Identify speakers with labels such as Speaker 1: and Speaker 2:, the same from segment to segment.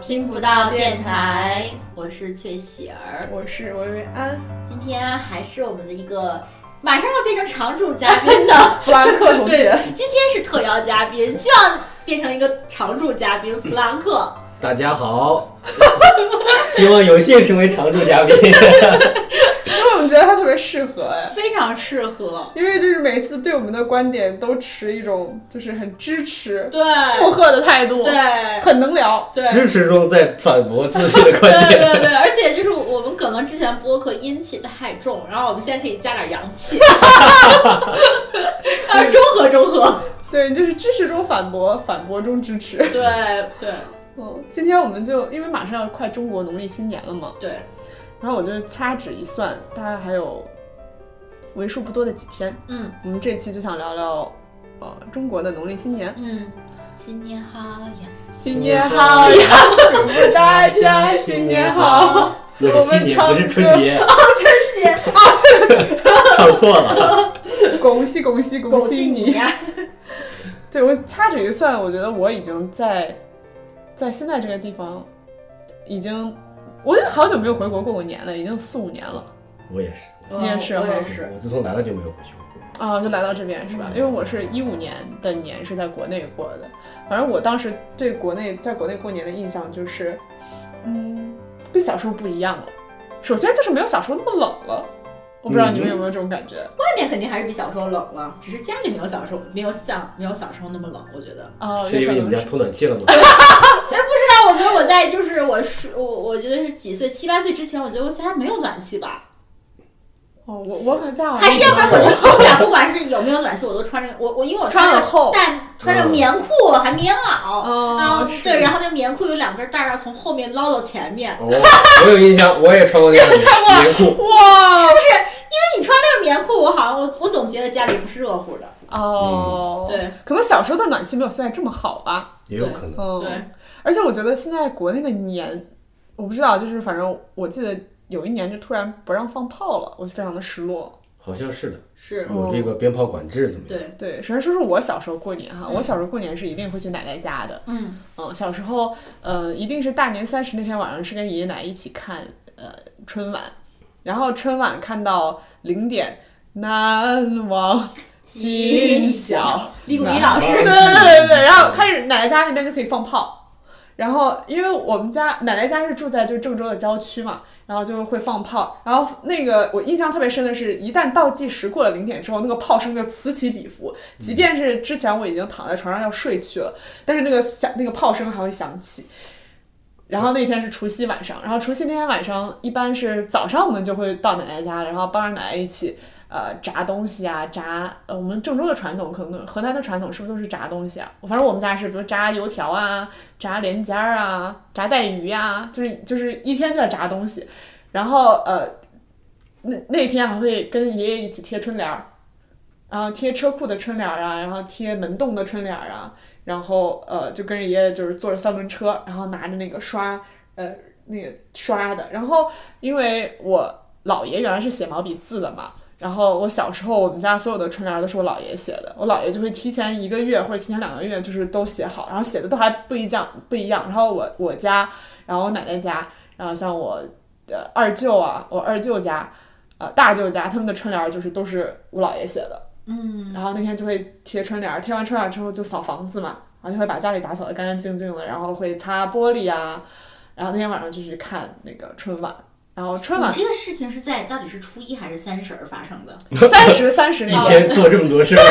Speaker 1: 听不到电台，我是翠喜儿。
Speaker 2: 我是薇薇安，
Speaker 1: 今天还是我们的一个马上要变成常驻嘉宾的
Speaker 2: 弗兰克 同
Speaker 1: 对
Speaker 2: 学，，
Speaker 1: 今天是特邀嘉宾，希望变成一个常驻嘉宾弗兰克。
Speaker 3: 大家好， 希望有幸成为常驻嘉宾。
Speaker 2: 因为我们觉得他特别适合哎。
Speaker 1: 非常适合，
Speaker 2: 因为就是每次对我们的观点都持一种就是很支持、
Speaker 1: 对
Speaker 2: 附和的态度，
Speaker 1: 对，对
Speaker 2: 很能聊。
Speaker 1: 对
Speaker 3: 支持中在反驳自己的观
Speaker 1: 对
Speaker 3: 点，
Speaker 1: 对对，而且就是我们可能之前播客阴气太重，然后我们现在可以加点阳 气， 呃，中和中和。
Speaker 2: 对，就是支持中反驳，反驳中支持。
Speaker 1: 对对
Speaker 2: 嗯，今天我们就因为马上要快中国农历新年了嘛，
Speaker 1: 对，
Speaker 2: 然后我就掐指一算，大概还有为数不多的几天，
Speaker 1: 嗯
Speaker 2: 我们这期就想聊聊呃中国的农历新年。
Speaker 1: 嗯，新年好呀！
Speaker 2: 新
Speaker 3: 年好
Speaker 2: 呀， 祝福大家 新年好。
Speaker 3: 那是新年，不是春节，
Speaker 1: 谢谢，
Speaker 3: 唱错了。
Speaker 2: 恭喜恭喜恭
Speaker 1: 恭
Speaker 2: 喜
Speaker 1: 喜你
Speaker 2: 你！
Speaker 1: 呀！
Speaker 2: 对我掐指一算，我觉得我已经在在现在这个地方，已经我也好久没有回国过过年了，已经四五年了
Speaker 3: 我也是，
Speaker 2: 你也是
Speaker 1: 我
Speaker 2: 哈
Speaker 1: 也是。
Speaker 3: 我自从来了就没有回去过。
Speaker 2: 啊，就来到这边是
Speaker 1: 嗯
Speaker 2: 吧？因为我是一五年的年是在国内过的，反正我当时对国内在国内过年的印象就是，嗯，跟小时候不一样了。首先就是没有小时候那么冷了，我不知道你们有没有这种感觉
Speaker 1: 外面肯定还是比小时候冷了，只是家里没有小时候没有像没有小时候那么冷，我觉得。
Speaker 2: 啊？有
Speaker 3: 是因
Speaker 2: 可
Speaker 3: 为你
Speaker 2: 能
Speaker 3: 们家
Speaker 2: 是
Speaker 3: 通暖气了吗？
Speaker 1: 但我觉得我在就是我是我我觉得是几岁七八岁之前，我觉得我家没有暖气吧，
Speaker 2: 哦，我我好像
Speaker 1: 还是要不然我就从小不管是有没有暖气，我都穿着我我因为我
Speaker 2: 穿
Speaker 1: 着
Speaker 2: 得厚
Speaker 1: 但穿着
Speaker 3: 嗯
Speaker 1: 棉裤还棉袄。
Speaker 2: 哦
Speaker 1: 啊，
Speaker 2: 是
Speaker 1: 对，然后那棉裤有两根带儿要从后面捞到前面，
Speaker 3: 哦，我有印象，我也穿过那样的棉裤。
Speaker 2: 哇
Speaker 1: 那你穿那个棉裤，我好像我我总觉得家里不是热乎的，
Speaker 2: 哦，，
Speaker 1: 对
Speaker 2: 可能小时候的暖气没有现在这么好吧，
Speaker 3: 也有可能，
Speaker 2: 嗯，
Speaker 1: 对，
Speaker 2: 而且我觉得现在国内的年，我不知道，就是反正我记得有一年就突然不让放炮了，我就非常的失落。
Speaker 3: 好像是的，
Speaker 1: 是，
Speaker 3: 有这个鞭炮管制怎么样？
Speaker 1: 对，
Speaker 2: 对，首先说说我小时候过年哈，我小时候过年是一定会去奶奶家的，
Speaker 1: 嗯
Speaker 2: 嗯，小时候，呃，一定是大年三十那天晚上是跟爷爷奶奶一起看呃春晚，然后春晚看到零点，难忘今宵。
Speaker 1: 李谷一老师，
Speaker 2: 对对对对，然后开始奶奶家那边就可以放炮，然后因为我们家奶奶家是住在就是郑州的郊区嘛，然后就会放炮，然后那个我印象特别深的是，一旦倒计时过了零点之后，那个炮声就此起彼伏，即便是之前我已经躺在床上要睡去了，但是那个响那个炮声还会响起。然后那天是除夕晚上，然后除夕那天晚上一般是早上我们就会到奶奶家，然后帮着奶奶一起呃炸东西啊，炸呃我们郑州的传统可能河南的传统是不是都是炸东西啊？反正我们家是比如炸油条啊，炸莲尖儿啊，炸带鱼啊，就是就是一天就要炸东西，然后呃那那天还会跟爷爷一起贴春联儿，然后贴车库的春联儿啊，然后贴门洞的春联儿啊，然后呃就跟着爷爷就是坐着三轮车，然后拿着那个刷呃那个刷的，然后因为我姥爷原来是写毛笔字的嘛。然后我小时候，我们家所有的春联儿都是我姥爷写的，我姥爷就会提前一个月或者提前两个月，就是都写好，然后写的都还不一样不一样。然后我我家，然后我奶奶家，然后像我呃二舅啊，我二舅家，呃大舅家，他们的春联儿就是都是我姥爷写的。嗯，然后那天就会贴春联儿，贴完春联儿之后就扫房子嘛，然后就会把家里打扫得干干净净的，然后会擦玻璃啊，然后那天晚上就去看那个春晚，然后春晚
Speaker 1: 你这个事情是在到底是初一还是三十儿发生的？
Speaker 2: 三十三十那
Speaker 3: 一
Speaker 2: 天，
Speaker 3: 天做这么多事儿，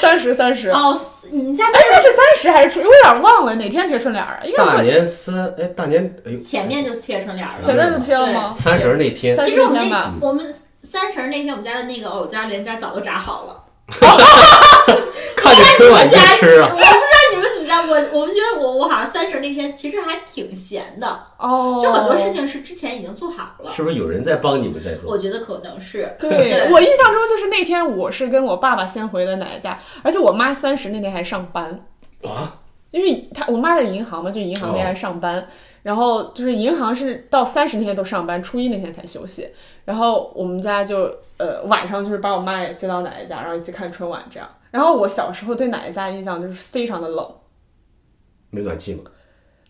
Speaker 2: 三十三十，
Speaker 1: 哦，你们家
Speaker 2: 哎，那是三十还是初？我有点忘了哪天贴春联儿啊，应该
Speaker 3: 大
Speaker 2: 会
Speaker 3: 年三哎，大年哎呦，
Speaker 1: 前面就贴春联儿了。
Speaker 2: 前面就贴了吗？
Speaker 3: 三十儿那天，
Speaker 2: 三
Speaker 1: 其
Speaker 2: 十
Speaker 1: 实我
Speaker 2: 那
Speaker 1: 们
Speaker 2: 天
Speaker 1: 那
Speaker 2: 吧，
Speaker 1: 我们三十儿那天，我们家的那个藕夹莲夹早都炸好了。
Speaker 3: 看着春晚就吃啊。
Speaker 1: 我不知道你们怎么家，我我们觉得我我好像三十儿那天其实还挺闲的，
Speaker 2: 哦，
Speaker 1: 就很多事。情是之前已经做好了。
Speaker 3: 是不是有人在帮你们在做？
Speaker 1: 我觉得可能是
Speaker 2: 对我印象中就是那天我是跟我爸爸先回的奶奶家，而且我妈三十那天还上班，
Speaker 3: 啊，
Speaker 2: 因为她我妈在银行嘛，就银行那天还上班，然后就是银行是到三十那天都上班，初一那天才休息。然后我们家就呃晚上就是把我妈也接到奶奶家，然后一起看春晚这样。然后我小时候对奶奶家印象就是非常的冷，
Speaker 3: 没暖气吗？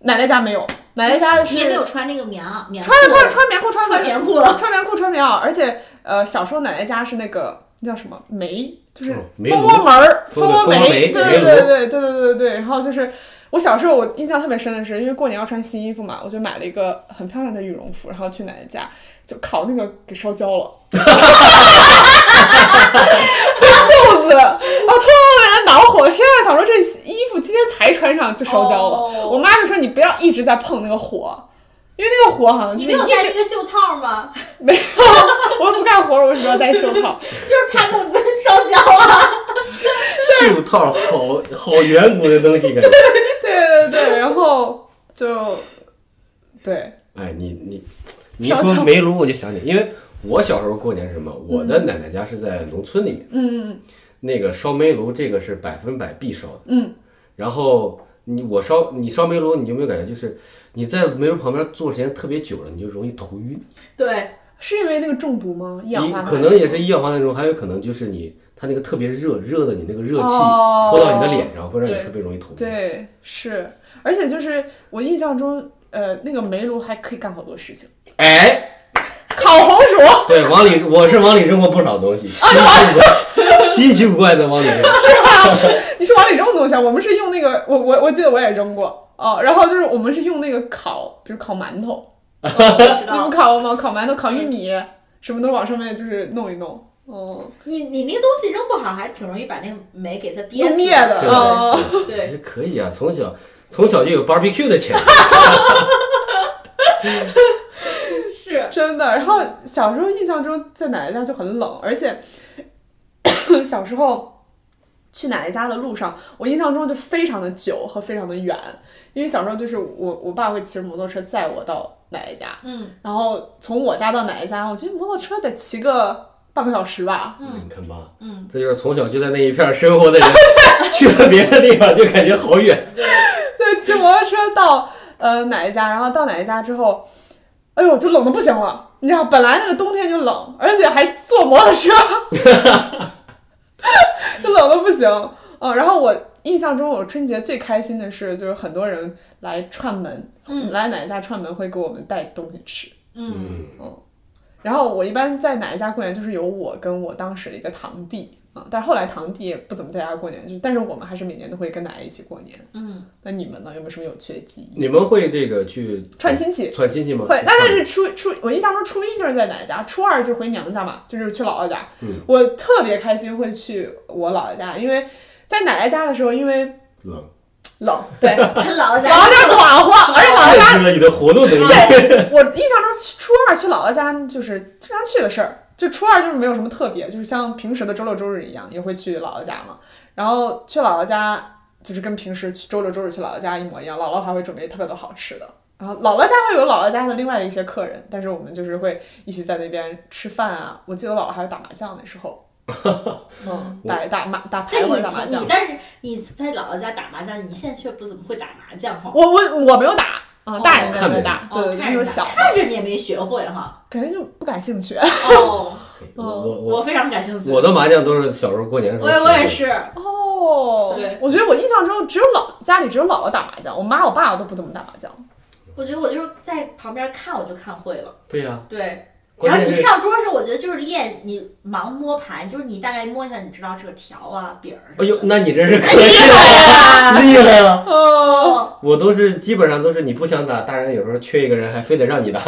Speaker 2: 奶奶家没有，奶奶家是
Speaker 1: 你也没有穿那个棉袄，棉
Speaker 2: 穿着穿着
Speaker 1: 着
Speaker 2: 穿棉裤，穿
Speaker 1: 穿
Speaker 2: 着
Speaker 1: 棉裤了，
Speaker 2: 穿棉裤穿棉袄，而且呃，小时候奶奶家是那个那叫什么煤，就是
Speaker 4: 嗯煤
Speaker 2: 蜂
Speaker 4: 炉
Speaker 2: 窝门儿、
Speaker 4: 说
Speaker 2: 蜂
Speaker 4: 的
Speaker 2: 窝
Speaker 4: 蜂窝煤
Speaker 2: 煤，对
Speaker 4: 煤
Speaker 2: 对
Speaker 4: 炉
Speaker 2: 对对对对对对。然后就是我小时候，我印象特别深的是，因为过年要穿新衣服嘛，我就买了一个很漂亮的羽绒服，然后去奶奶家就烤那个给烧焦了。就袖子，我特别恼火！天啊，想说这衣服今天才穿上就烧焦了。
Speaker 1: 哦
Speaker 2: 我妈就说你不要一直在碰那个火，因为那个火好像就
Speaker 1: 你
Speaker 2: 是
Speaker 1: 没有
Speaker 2: 一直
Speaker 1: 戴那个袖套吗？
Speaker 2: 没有， 我又不干活，我为什么要戴袖套？
Speaker 1: 就是怕弄烧焦啊！
Speaker 3: 袖套好好远古的东西感觉。
Speaker 2: 对对对，然后就对，
Speaker 4: 哎，你你你一
Speaker 2: 烧
Speaker 4: 说
Speaker 2: 焦
Speaker 4: 煤炉，我就想起，因为我小时候过年是什么？我的奶奶家是在农村里面，
Speaker 2: 嗯
Speaker 4: 那个烧煤炉，这个是百分百必烧的。
Speaker 2: 嗯，
Speaker 4: 然后你我烧你烧煤炉，你有没有感觉就是你在煤炉旁边坐时间特别久了，你就容易头晕，
Speaker 1: 对，
Speaker 2: 是因为那个中毒吗？一氧
Speaker 4: 你
Speaker 2: 化碳
Speaker 4: 可能也是一氧化碳中，还有可能就是你它那个特别热，热的你那个热气
Speaker 2: 哦
Speaker 4: 泼到你的脸上，会让你
Speaker 1: 对
Speaker 4: 特别容易头晕。
Speaker 2: 对是，而且就是我印象中，呃，那个煤炉还可以干好多事情，
Speaker 4: 哎，
Speaker 2: 烤红薯，
Speaker 4: 对，往里我是往里扔过不少东西，稀奇古怪，稀奇古怪的往里扔。
Speaker 2: 你是往里扔东西啊？我们是用那个，我我我记得我也扔过哦，然后就是我们是用那个烤，比如烤馒头，
Speaker 1: 我知
Speaker 2: 你们
Speaker 1: 道。
Speaker 2: 烤过吗？烤馒头、烤玉米，什么都往上面就是弄一弄，哦，
Speaker 1: 你你那个东西扔不好，还挺容易把那个煤给它憋
Speaker 2: 用
Speaker 1: 死。
Speaker 2: 灭的，
Speaker 4: 是的
Speaker 2: 哦。
Speaker 4: 还
Speaker 1: 对，
Speaker 4: 是可以啊，从小从小就有 barbecue 的潜质。
Speaker 1: 是
Speaker 2: 真的。然后小时候印象中在奶奶家就很冷，而且 小时候去奶奶家的路上，我印象中就非常的久和非常的远，因为小时候就是我我爸会骑着摩托车载我到奶奶家，
Speaker 1: 嗯，
Speaker 2: 然后从我家到奶奶家，我觉得摩托车得骑个半个小时吧。
Speaker 1: 嗯
Speaker 4: 你看吧，
Speaker 1: 嗯，
Speaker 4: 这就是从小就在那一片儿生活的人，去了别的地方就感觉好远。
Speaker 2: 对，骑摩托车到呃奶奶家，然后到奶奶家之后，哎呦，就冷的不行了。你知道，本来那个冬天就冷，而且还坐摩托 车，就冷的不行。嗯，然后我印象中，我春节最开心的是，就是很多人来串门，
Speaker 1: 嗯
Speaker 2: 来奶奶家串门会给我们带东西吃。
Speaker 1: 嗯，
Speaker 2: 然后我一般在奶奶家过年，就是有我跟我当时的一个堂弟啊，但是后来堂弟也不怎么在家过年，就但是我们还是每年都会跟奶奶一起过年。
Speaker 1: 嗯，
Speaker 2: 那你们呢？有没有什么有趣的记忆？
Speaker 4: 你们会这个去
Speaker 2: 串亲戚
Speaker 4: 串亲戚吗？
Speaker 2: 会，但是初初我印象中初一就是在奶奶家，初二就回娘家嘛，就是去姥姥家。
Speaker 4: 嗯
Speaker 2: 我特别开心会去我姥姥家，因为在奶奶家的时候，因为
Speaker 4: 冷，
Speaker 2: 冷， 对，姥
Speaker 1: 跟 老
Speaker 2: 姥
Speaker 1: 家
Speaker 2: 家暖和，而且姥姥
Speaker 4: 限
Speaker 2: 家
Speaker 4: 制了你的活动能力。
Speaker 2: 我印象中去初二去姥姥家就是经常去的事儿，就初二就是没有什么特别，就是像平时的周六周日一样，也会去姥姥家嘛。然后去姥姥家就是跟平时去周六周日去姥姥家一模一样，姥姥还会准备特别多好吃的。然后姥姥家会有姥姥家的另外的一些客人，但是我们就是会一起在那边吃饭啊。我记得姥姥还会打麻将那时候，嗯，打打麻打牌
Speaker 1: 但
Speaker 2: 或者打麻
Speaker 1: 你
Speaker 2: 将
Speaker 1: 你。但是你在姥姥家打麻将，你现在却不怎么会打麻将哈，
Speaker 2: 我我我没有打。啊、大人在那
Speaker 4: 看着
Speaker 2: 边打，
Speaker 1: 哦
Speaker 2: 对，那
Speaker 1: 看着
Speaker 2: 时
Speaker 1: 打
Speaker 2: 候小，
Speaker 1: 看着你也没学会 哈。
Speaker 2: 感觉就不感兴趣。
Speaker 1: 哦，
Speaker 4: 我我
Speaker 1: 我
Speaker 4: 我
Speaker 1: 非常感兴趣。
Speaker 4: 我的麻将都是小时候过年的时候
Speaker 1: 我也
Speaker 4: 学的。
Speaker 1: 我也是，
Speaker 2: 哦，
Speaker 1: 对
Speaker 2: 我觉得我印象中只有老家里只有姥姥打麻将，我妈我爸都不怎么打麻将。
Speaker 1: 我觉得我就是在旁边看我就看会了，
Speaker 4: 对呀，
Speaker 1: 对。
Speaker 4: 关
Speaker 1: 然后
Speaker 4: 键
Speaker 1: 你
Speaker 4: 是
Speaker 1: 上桌的时候，我觉得就是练你盲摸牌，就是你大概摸一下，你知道这个条啊、饼儿。
Speaker 4: 哎呦，，那你真是可
Speaker 2: 厉
Speaker 4: 以
Speaker 2: 害
Speaker 4: 了，厉害了！
Speaker 2: 哦，
Speaker 1: 哦，
Speaker 4: 我都是基本上都是你不想打，大人有时候缺一个人还非得让你打，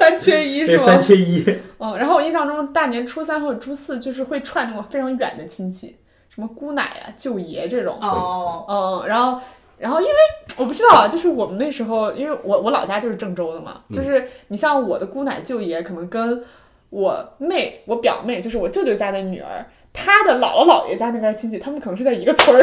Speaker 2: 三缺一
Speaker 4: 这
Speaker 2: 是
Speaker 4: 三
Speaker 2: 吗？
Speaker 4: 缺一。
Speaker 2: 嗯，然后我印象中大年初三或者初四就是会串那种非常远的亲戚，什么姑奶啊、舅爷这种。
Speaker 1: 哦，
Speaker 2: 嗯，然后然后因为我不知道啊，就是我们那时候，因为我我老家就是郑州的嘛，
Speaker 4: 嗯
Speaker 2: 就是你像我的姑奶舅爷，可能跟我妹、我表妹，就是我舅舅家的女儿，她的姥姥姥爷家那边亲戚，他们可能是在一个村儿。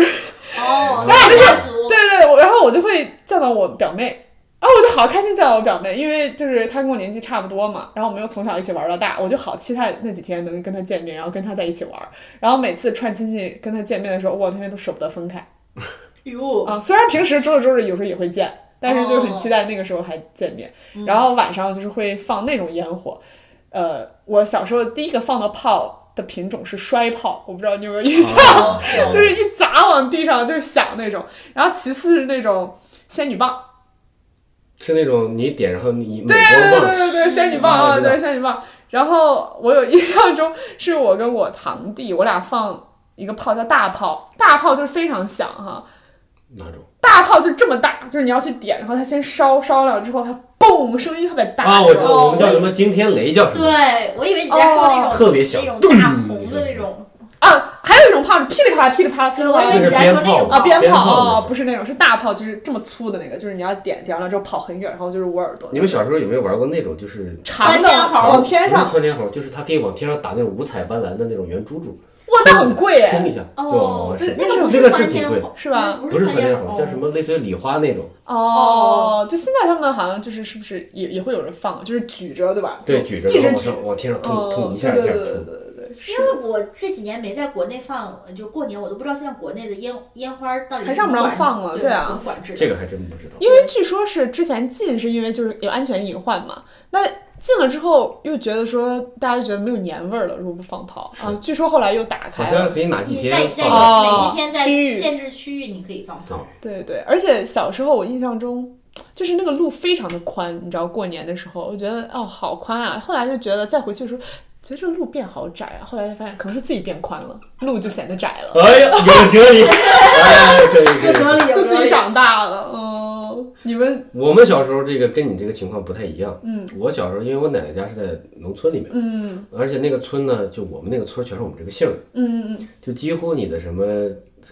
Speaker 1: 哦，
Speaker 4: 然后
Speaker 1: 那
Speaker 4: 就是
Speaker 1: 家族，
Speaker 2: 对对，我然后我就会叫到我表妹，啊，我就好开心叫到我表妹，因为就是她跟我年纪差不多嘛，然后我们又从小一起玩到大，我就好期待那几天能跟她见面，然后跟她在一起玩。然后每次串亲戚跟她见面的时候，我天天都舍不得分开
Speaker 1: 哟，
Speaker 2: 啊。虽然平时周六周日有时候也会见，但是就是很期待那个时候还见面。然后晚上就是会放那种烟火，呃，我小时候第一个放的炮的品种是摔炮，我不知道你有没有印象。
Speaker 4: 哦
Speaker 2: 就是一砸往地上就响那种。然后其次是那种仙女棒，
Speaker 4: 是那种你点然后你美
Speaker 2: 对对
Speaker 4: 国
Speaker 2: 对
Speaker 4: 棒，
Speaker 2: 对对，仙女棒
Speaker 4: 啊我
Speaker 2: 啊，
Speaker 4: 知道
Speaker 2: 对仙女棒。然后我有印象中是我跟我堂弟，我俩放一个炮叫大炮，大炮就是非常响哈，
Speaker 4: 哪种？
Speaker 2: 大炮就这么大，就是你要去点，然后它先烧，烧了之后它嘣，声音特别大。
Speaker 4: 啊，我知
Speaker 1: 哦
Speaker 4: 道，我们叫什么惊天雷叫什么？
Speaker 1: 对，我以为你在说那种、
Speaker 2: 哦
Speaker 4: 特别响
Speaker 1: 那种大红的那种。
Speaker 2: 啊，还有一种炮是噼里啪啦噼里啪啦，
Speaker 1: 对，我以为
Speaker 4: 那
Speaker 1: 你
Speaker 4: 是
Speaker 1: 在说那
Speaker 4: 鞭炮
Speaker 1: 种
Speaker 2: 啊，鞭
Speaker 4: 鞭炮
Speaker 2: 炮
Speaker 4: 那
Speaker 2: 啊，
Speaker 4: 是
Speaker 2: 不是那种，是大炮，就是这么粗的那个，就是你要点点完了之后跑很远，然后就是捂耳朵
Speaker 4: 你，们小时候有没有玩过那种就是
Speaker 2: 长
Speaker 1: 窜
Speaker 2: 的
Speaker 1: 天猴
Speaker 2: 往天
Speaker 4: 不
Speaker 2: 上
Speaker 4: 是，窜天猴，就是它可以往天上打那种五彩斑斓的那种圆珠珠，
Speaker 2: 哇，那很贵
Speaker 4: 冲
Speaker 2: 哎，
Speaker 4: 一下就往
Speaker 1: 哦
Speaker 4: 往，上。
Speaker 1: 那个不
Speaker 4: 那
Speaker 1: 是
Speaker 4: 个是
Speaker 1: 窜
Speaker 4: 挺
Speaker 1: 天
Speaker 4: 贵，
Speaker 1: 猴，
Speaker 2: 是吧？
Speaker 1: 不
Speaker 4: 不是窜天
Speaker 1: 猴，
Speaker 4: 猴，叫什？么类似于礼花那种，
Speaker 2: 哦，就现在他们好像就是是不是也也会有人放，就是举着对吧？
Speaker 4: 对，举着
Speaker 2: 一直
Speaker 4: 然后往
Speaker 2: 举，
Speaker 4: 上往天上捅嗯
Speaker 2: 哦
Speaker 4: 捅，一
Speaker 2: 对
Speaker 4: 下一
Speaker 2: 对
Speaker 4: 下
Speaker 2: 对对
Speaker 4: 捅。
Speaker 2: 对对，是
Speaker 1: 因为我这几年没在国内放，就过年我都不知道现在国内的烟烟花到底
Speaker 2: 还让不让放了
Speaker 1: 对
Speaker 2: 对啊
Speaker 1: 怎么管制的？
Speaker 4: 这个还真不知道。
Speaker 2: 因为据说是之前禁是因为就是有安全隐患嘛，那禁了之后又觉得说大家就觉得没有年味儿了，如果不放炮
Speaker 4: 是
Speaker 2: 啊，据说后来又打
Speaker 4: 好
Speaker 2: 开了
Speaker 4: 像。可以哪几
Speaker 1: 你在
Speaker 4: 天
Speaker 1: 在
Speaker 4: 放
Speaker 2: 哦
Speaker 4: 的？
Speaker 1: 哪些天在
Speaker 2: 区域
Speaker 1: 限制区域你可以放炮？
Speaker 2: 对对，而且小时候我印象中。就是那个路非常的宽，你知道，过年的时候，我觉得哦好宽啊。后来就觉得再回去的时候，觉得这个路变好窄啊。后来才发现可能是自己变宽了，路就显得窄了，
Speaker 4: 哎呀， 有哲理，哎，可以可以。
Speaker 1: 理
Speaker 2: 就自己。长大了。嗯，你们
Speaker 4: 我们小时候这个跟你这个情况不太一样。
Speaker 2: 嗯，
Speaker 4: 我小时候因为我奶奶家是在农村里面，
Speaker 2: 嗯
Speaker 4: 而且那个村呢，就我们那个村全是我们这个姓儿的，
Speaker 2: 嗯嗯
Speaker 4: 就几乎你的什么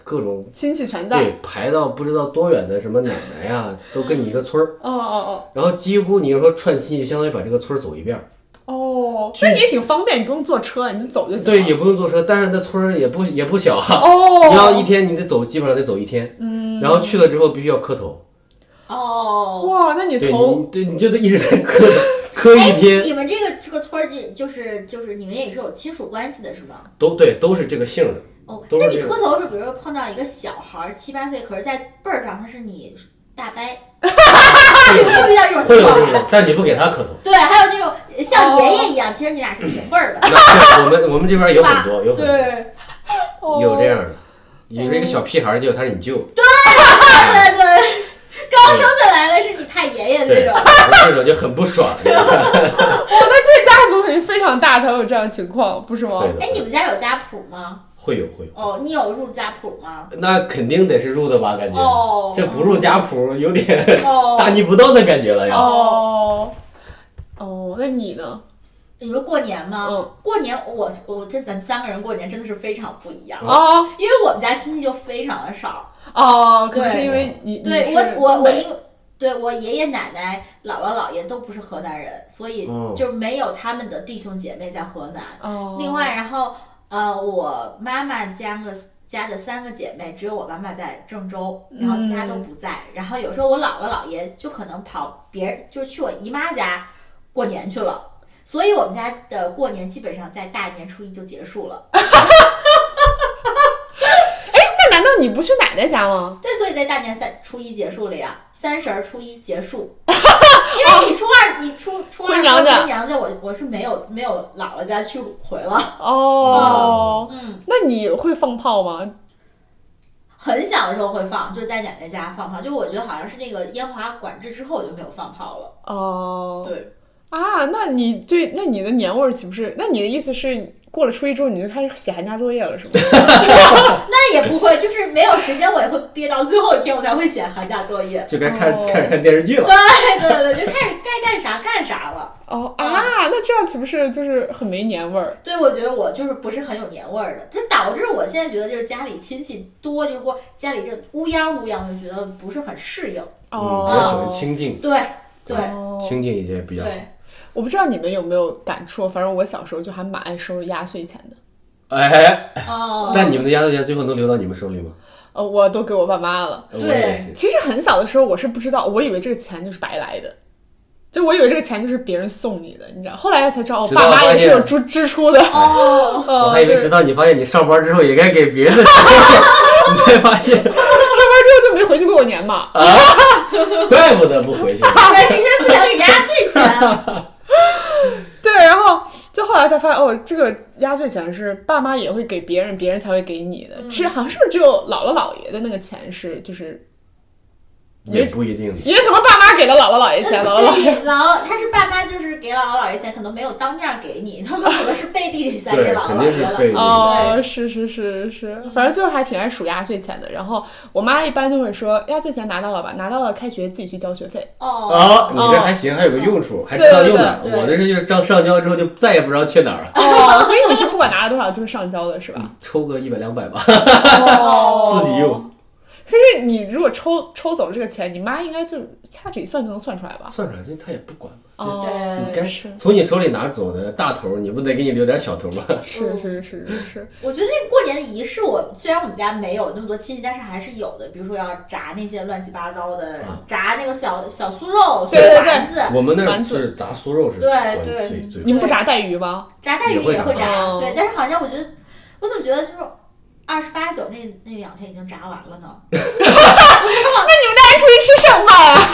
Speaker 4: 各种
Speaker 2: 亲戚全在。
Speaker 4: 对排到不知道多远的什么奶奶呀、 都跟你一个村儿，
Speaker 2: 哦哦
Speaker 4: 然后几乎你就说串亲戚，相当于把这个村儿走一遍儿。
Speaker 2: 哦哦，那你也挺方便，你不用坐车，你就走就行
Speaker 4: 对，
Speaker 2: 了。
Speaker 4: 也不用坐车，但是那村儿也不也不小啊。
Speaker 2: 哦，
Speaker 4: 你要一天，你得走，基本上得走一天。嗯，然后去了之后必须要磕头，
Speaker 1: 哦，
Speaker 2: 哇，那你
Speaker 4: 对，
Speaker 2: 头
Speaker 4: 你对，你就得一直在磕头，磕一天。
Speaker 1: 你们这个这个村儿就就是就是你们也是有亲属关系的是吗？
Speaker 4: 都对，都是这个姓儿的。
Speaker 1: 哦，
Speaker 4: 都
Speaker 1: 那你
Speaker 4: 是这个
Speaker 1: 磕头是比如说碰到一个小孩儿七八岁，可是在辈儿上他是你大伯，有没有遇到 这种
Speaker 4: 会
Speaker 1: 情
Speaker 4: 有
Speaker 1: 况？
Speaker 4: 这种，哦但你不给他磕头。
Speaker 1: 对，还有那种像爷爷一样，其实你俩是平辈儿的。
Speaker 4: 那我们我们这边有很多，有很多
Speaker 1: 对
Speaker 2: 哦
Speaker 1: 哦
Speaker 4: 有这，样的，有这个小屁孩儿，结果他是你舅，
Speaker 1: 对哎对，刚生下来的是你太爷爷的
Speaker 4: 对，
Speaker 1: 这种。
Speaker 4: 这种就很 不爽。你知道吧
Speaker 2: 哦那这个家族肯定非常大才会有这样的情况，不是吗？
Speaker 4: 对的
Speaker 1: 哎，你们家有家谱吗？
Speaker 4: 会有会有，
Speaker 1: 哦，你有入家谱吗？
Speaker 4: 那肯定得是入的吧？感觉
Speaker 1: 哦，
Speaker 4: 这不入家谱有点 大
Speaker 1: 哦，
Speaker 4: 逆不道的感觉了呀。
Speaker 2: 哦，哦，那你呢？
Speaker 1: 你说过年吗？
Speaker 2: 嗯，
Speaker 1: 过年我我这咱们三个人过年真的是非常不一样，
Speaker 2: 哦
Speaker 1: 因为我们家亲戚就非常的少。
Speaker 2: 哦，可能是
Speaker 1: 对
Speaker 2: 因为你，你
Speaker 1: 对
Speaker 2: 是
Speaker 1: 我我
Speaker 2: 东
Speaker 1: 我
Speaker 2: 北
Speaker 1: 因为对我爷爷奶奶、姥姥姥爷都不是河南人，所以
Speaker 4: 哦
Speaker 1: 就没有他们的弟兄姐妹在河南。
Speaker 2: 哦，
Speaker 1: 另外，然后呃，我妈妈家个家的三个姐妹，只有我妈妈在郑州，然后其他都不在。然后有时候我姥姥姥爷就可能跑别人，就去我姨妈家过年去了。所以我们家的过年基本上在大年初一就结束了，
Speaker 2: 那难道你不去奶奶家吗？
Speaker 1: 对，所以在大年三初一结束了呀，三十儿初一结束，因为你初二你初初二
Speaker 2: 回娘家
Speaker 1: 回娘家，我我是没有没有姥姥家去回了，
Speaker 2: 哦，
Speaker 1: 嗯，
Speaker 2: 那你会放炮吗？
Speaker 1: 很小的时候会放，就在奶奶家放炮，就我觉得好像是那个烟花管制之后我就没有放炮了，
Speaker 2: 哦，
Speaker 1: 对，
Speaker 2: 啊，那你对，那你的年味儿岂不是？那你的意思是过了初一之后你就开始写寒假作业了，是 吗？
Speaker 1: 那也不会，就是没有时间，我也会憋到最后一天我才会写寒假作 业，哎
Speaker 4: 就该看
Speaker 2: 哦
Speaker 4: 开始看电视剧了。
Speaker 1: 对对对，就开始该干啥干啥了，
Speaker 2: 哦啊，那这样岂不是就是很没年味儿？
Speaker 1: 对，我觉得我就是不是很有年味儿的，这导致我现在觉得就是家里亲戚多，就是说家里这乌泱乌泱的，觉得不是很适应。
Speaker 4: 嗯，比
Speaker 2: 哦，
Speaker 4: 较喜欢清静，
Speaker 1: 对对
Speaker 2: 哦
Speaker 4: 清静一些比较好。
Speaker 1: 对，
Speaker 2: 我不知道你们有没有感触，反正我小时候就还蛮爱收压岁钱的，
Speaker 4: 哎，
Speaker 1: 哦，
Speaker 4: 但你们的压岁钱最后能留到你们手里吗？
Speaker 2: 呃，我都给我爸妈了。
Speaker 4: 我
Speaker 1: 对
Speaker 4: 也是。
Speaker 2: 其实很小的时候我是不知道，我以为这个钱就是白来的，就我以为这个钱就是别人送你的，你知道，后来才知道，我
Speaker 4: 直到
Speaker 2: 爸妈也是有
Speaker 4: 发
Speaker 2: 支支出的。
Speaker 1: 哦，
Speaker 2: 呃，
Speaker 4: 我还以为
Speaker 2: 对
Speaker 4: 直到你发现你上班之后也该给别人的时候， 你才 发现，
Speaker 2: 上班之后就没回去过年嘛。
Speaker 4: 啊怪不得不回去。
Speaker 1: 那是因为不想 给压岁钱。
Speaker 2: 对，然后就后来才发现，哦，这个压岁钱是爸妈也会给别人，
Speaker 1: 嗯
Speaker 2: 别人才会给你的。只好像是不是只有姥姥姥爷的那个钱是就是
Speaker 4: 也不一定的。
Speaker 2: 因为可能爸妈给了姥姥姥爷钱，姥姥姥爷
Speaker 1: 对，姥姥他是爸妈就是给姥姥姥爷钱，可能没有当面给你，他们可能是背地里塞给
Speaker 4: 对
Speaker 1: 姥姥
Speaker 4: 肯
Speaker 1: 姥
Speaker 4: 定
Speaker 1: 爷
Speaker 4: 是
Speaker 1: 了。
Speaker 4: 被
Speaker 2: 哦，是是是是，反正最后还挺爱数压岁钱的。然后我妈一般就会说，压岁钱拿到了吧，拿到了，开学自己去交学费。
Speaker 1: 哦，
Speaker 4: 啊，你这还行，还有个用处，还知道用哪儿。
Speaker 1: 对对对
Speaker 4: 我的是就是上上交之后就再也不知道去哪儿了，
Speaker 2: 哦，所以你是不管拿了多少就是上交的是吧？
Speaker 4: 抽个一百两百吧。
Speaker 2: 哦
Speaker 4: 自己用。
Speaker 2: 可是你如果抽抽走这个钱，你妈应该就掐指一算就能算出来
Speaker 1: 啊
Speaker 2: 吧？
Speaker 4: 算出来，这他也不管嘛。
Speaker 2: 哦，
Speaker 1: 对
Speaker 4: 你该
Speaker 2: 是
Speaker 4: 从你手里拿走的大头儿，你不得给你留点小头儿吗？
Speaker 2: 是是是是是，
Speaker 1: 我觉得那过年的仪式我，虽然我们家没有那么多亲戚，但是还是有的。比如说要炸那些乱七八糟的，
Speaker 4: 啊
Speaker 1: 炸那个小小酥肉、小
Speaker 2: 对对对
Speaker 1: 丸子、
Speaker 4: 我们那
Speaker 2: 丸
Speaker 4: 儿
Speaker 2: 子
Speaker 4: 是炸酥肉是
Speaker 1: 对
Speaker 4: 关
Speaker 1: 对
Speaker 4: 最最
Speaker 2: 你们不炸带鱼吗？
Speaker 1: 炸带鱼
Speaker 4: 也会
Speaker 1: 也会
Speaker 4: 炸
Speaker 1: 炸，
Speaker 2: 哦
Speaker 1: 对。但是好像我觉得，我怎么觉得就是二十八九那那两天已经炸完了呢？
Speaker 2: 带出去吃剩饭啊？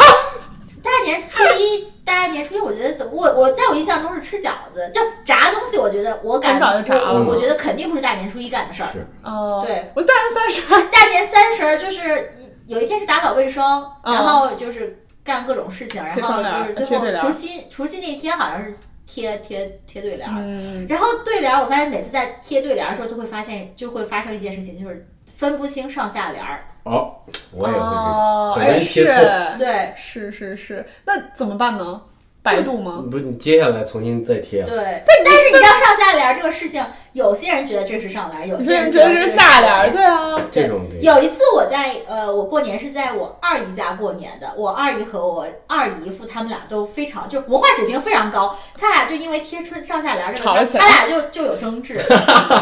Speaker 1: 大年初一，大年初一，我觉得怎么我我在我印象中是吃饺子，就炸东西，我觉得我感
Speaker 2: 很早就炸
Speaker 1: 我
Speaker 2: 了
Speaker 1: 我觉得肯定不是大年初一干的事儿。
Speaker 4: 是
Speaker 2: 哦，
Speaker 1: 对，
Speaker 2: 我大年三十
Speaker 1: 大年三十儿就是有一天是打扫卫生，
Speaker 2: 嗯
Speaker 1: 然后就是干各种事情，然
Speaker 2: 贴窗帘
Speaker 1: 后
Speaker 2: 儿
Speaker 1: 就是最
Speaker 2: 贴
Speaker 1: 后
Speaker 2: 对联儿
Speaker 1: 除夕除夕那天好像是贴贴贴对联儿，
Speaker 2: 嗯，
Speaker 1: 然后对联儿我发现每次在贴对联儿的时候就会发现就会发生一件事情，就是分不清上下联儿。
Speaker 4: 哦，我也会
Speaker 2: 哦，
Speaker 4: 很容
Speaker 2: 哎
Speaker 4: 易
Speaker 2: 是
Speaker 4: 贴错
Speaker 1: 对
Speaker 2: 是是是，那怎么办呢？百度
Speaker 4: 这
Speaker 2: 吗？
Speaker 4: 个，不是你接下来重新再贴啊。
Speaker 1: 对，但是你知道上下联儿这个事情，有些人觉得这是上联儿，有
Speaker 2: 有些
Speaker 1: 些
Speaker 2: 人觉
Speaker 1: 觉
Speaker 2: 得
Speaker 1: 这
Speaker 2: 是
Speaker 1: 是
Speaker 2: 下联
Speaker 1: 联
Speaker 2: 儿，对啊，
Speaker 4: 这种对，
Speaker 1: 有一次我在呃，我过年是在我二姨家过年的，我二姨和我二姨夫他们俩都非常就是文化水平非常高，他俩就因为贴春上下联这个，
Speaker 2: 吵
Speaker 1: 他
Speaker 2: 了起来
Speaker 1: 他俩就就有争执，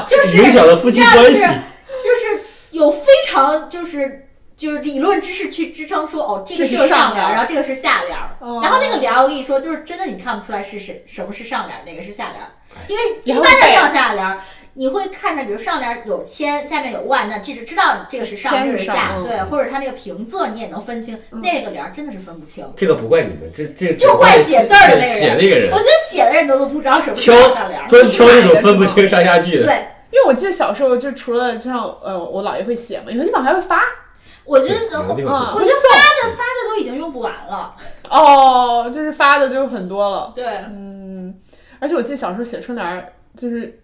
Speaker 1: 就是
Speaker 4: 影响了夫
Speaker 1: 你知
Speaker 4: 妻
Speaker 1: 道
Speaker 4: 关
Speaker 1: 就是
Speaker 4: 系。
Speaker 1: 就是有非常就是。就是理论知识去支撑说，哦，这个
Speaker 2: 这是
Speaker 1: 就是上
Speaker 2: 上
Speaker 1: 联
Speaker 2: 联
Speaker 1: 儿，然后这个是下联儿，
Speaker 2: 哦
Speaker 1: 然后那个联儿，我跟你说，就是真的，你看不出来是谁什么是上联儿，哪个是下联儿，
Speaker 2: 哎
Speaker 1: 因为一
Speaker 2: 然
Speaker 1: 般
Speaker 2: 后
Speaker 1: 的
Speaker 2: 背
Speaker 1: 上下联儿，你会看着，比如上联儿有千，下面有万，那这就知道这个是上，
Speaker 2: 千
Speaker 1: 这
Speaker 2: 是
Speaker 1: 是
Speaker 2: 上
Speaker 1: 下，
Speaker 2: 嗯
Speaker 1: 对，或者它那个平仄你也能分清，
Speaker 2: 嗯
Speaker 1: 那个联儿真的是分不清。
Speaker 4: 这个不怪你们，这这
Speaker 1: 就怪写字儿的那个人
Speaker 4: 写那个人
Speaker 1: 我觉，得写的人都都不知道什么是
Speaker 4: 挑
Speaker 1: 上下联儿，
Speaker 4: 专挑这种分不清上下句的。
Speaker 1: 对，
Speaker 2: 因为我记得小时候就除了像呃我姥爷会写嘛，有的地方还会发
Speaker 1: 我觉
Speaker 4: 对
Speaker 1: 得
Speaker 4: 有
Speaker 1: 后
Speaker 4: 的地
Speaker 2: 啊，
Speaker 4: 方
Speaker 1: 我
Speaker 2: 会
Speaker 1: 觉得
Speaker 2: 送
Speaker 1: 发的发的都已经用不完了，
Speaker 2: 哦，就是发的就很多了，
Speaker 1: 对，
Speaker 2: 嗯，而且我记得小时候写春联儿就是。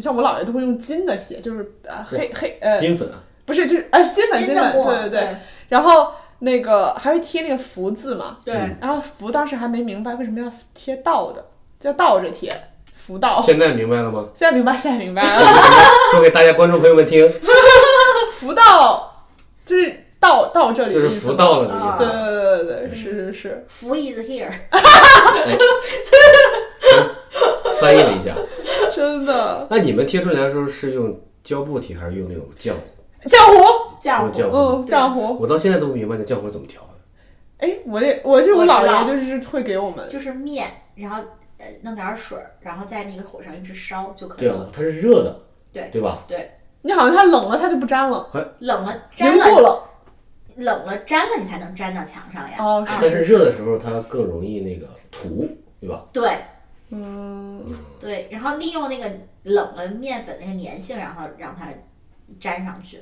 Speaker 2: 像我姥爷都会用金的写，就是呃黑黑呃
Speaker 4: 金粉啊，
Speaker 2: 不是就是呃金粉
Speaker 1: 金
Speaker 2: 金
Speaker 1: 的
Speaker 2: 粉，
Speaker 1: 墨，
Speaker 2: 对对对。然后那个还会贴那个福字嘛，
Speaker 1: 对
Speaker 4: 嗯
Speaker 2: 然后福当时还没明白为什么要贴倒的，叫倒着贴福倒。
Speaker 1: 哦
Speaker 4: 现在明白了吗？
Speaker 2: 现在明白，现在明白了，
Speaker 4: 说给大家观众朋友们听，
Speaker 2: 福到就是到到这里
Speaker 4: 就
Speaker 2: 的
Speaker 4: 是
Speaker 2: 意思
Speaker 4: 福
Speaker 2: 嘛。
Speaker 4: 到了的意
Speaker 2: 对
Speaker 4: 思。
Speaker 2: 对对对
Speaker 1: 嗯
Speaker 2: 对，是是是，
Speaker 1: 福 is here，
Speaker 4: 翻译了一下，
Speaker 2: 真的。
Speaker 4: 那你们贴春联的时候是用胶布贴还是用那种浆糊？
Speaker 2: 浆糊，
Speaker 1: 这样
Speaker 4: 用浆糊。
Speaker 2: 嗯，浆糊。
Speaker 4: 我到现在都不明白那浆糊怎么调的。
Speaker 2: 哎，我也，我就是我
Speaker 1: 我知
Speaker 2: 姥
Speaker 1: 道
Speaker 2: 爷就是会给我们，
Speaker 1: 就是面，然后呃弄点儿水儿，然后在那个火上一直烧就可以
Speaker 4: 对
Speaker 1: 了
Speaker 4: 啊，，它是热的，
Speaker 1: 对
Speaker 4: 对吧？
Speaker 2: 你好像它冷了它就不粘了，
Speaker 1: 冷了
Speaker 2: 凝
Speaker 1: 粘
Speaker 2: 固
Speaker 1: 了，
Speaker 2: 了。
Speaker 1: 冷了粘了你才能粘到墙上呀。
Speaker 2: 哦，
Speaker 1: 啊
Speaker 4: 但是热的时候它更容易那个涂，对吧？
Speaker 1: 对
Speaker 2: 嗯，
Speaker 1: 对，然后利用那个冷了面粉那个粘性，然后让它粘上去。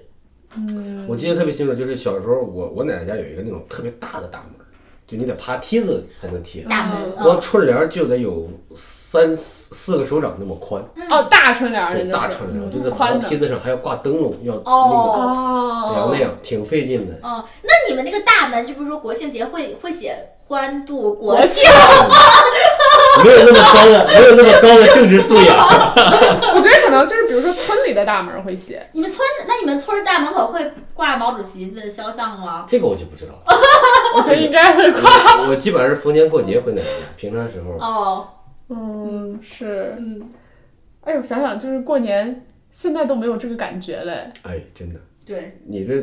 Speaker 4: 我记得特别清楚，就是小时候我我奶奶家有一个那种特别大的大门，就你得爬梯子才能贴。
Speaker 1: 大门，
Speaker 4: 光
Speaker 1: 嗯，
Speaker 4: 春联儿就得有三四四个手掌那么宽，
Speaker 2: 哦，大春联儿
Speaker 4: 对，
Speaker 2: 那
Speaker 4: 大
Speaker 2: 就是
Speaker 4: 春联儿，
Speaker 2: 嗯
Speaker 4: 就在爬
Speaker 2: 宽
Speaker 4: 梯
Speaker 2: 的。
Speaker 4: 子上还要挂灯笼，要那
Speaker 1: 哦
Speaker 4: 个，对要
Speaker 2: 哦
Speaker 4: 那，样，挺费劲的。
Speaker 1: 嗯，那你们那个大门，就比如说国庆节会会写欢度国
Speaker 2: 国
Speaker 1: 庆，
Speaker 4: 没有那么高的，没有那么高的政治素 养。
Speaker 2: 我觉得可能就是比如说村里的大门 会写，
Speaker 1: 你们村那你们村儿大门口会挂毛主席的肖像吗？
Speaker 4: 这个我就不知道了。
Speaker 2: 我觉得应该会挂。
Speaker 4: 我我基本上是逢年哎过节回奶奶家，平常时候
Speaker 1: 哦，
Speaker 2: 嗯，是。
Speaker 1: 嗯，
Speaker 2: 哎，我想想，就是过年现在都没有这个感觉嘞。
Speaker 4: 哎，真的，
Speaker 1: 对，
Speaker 4: 你这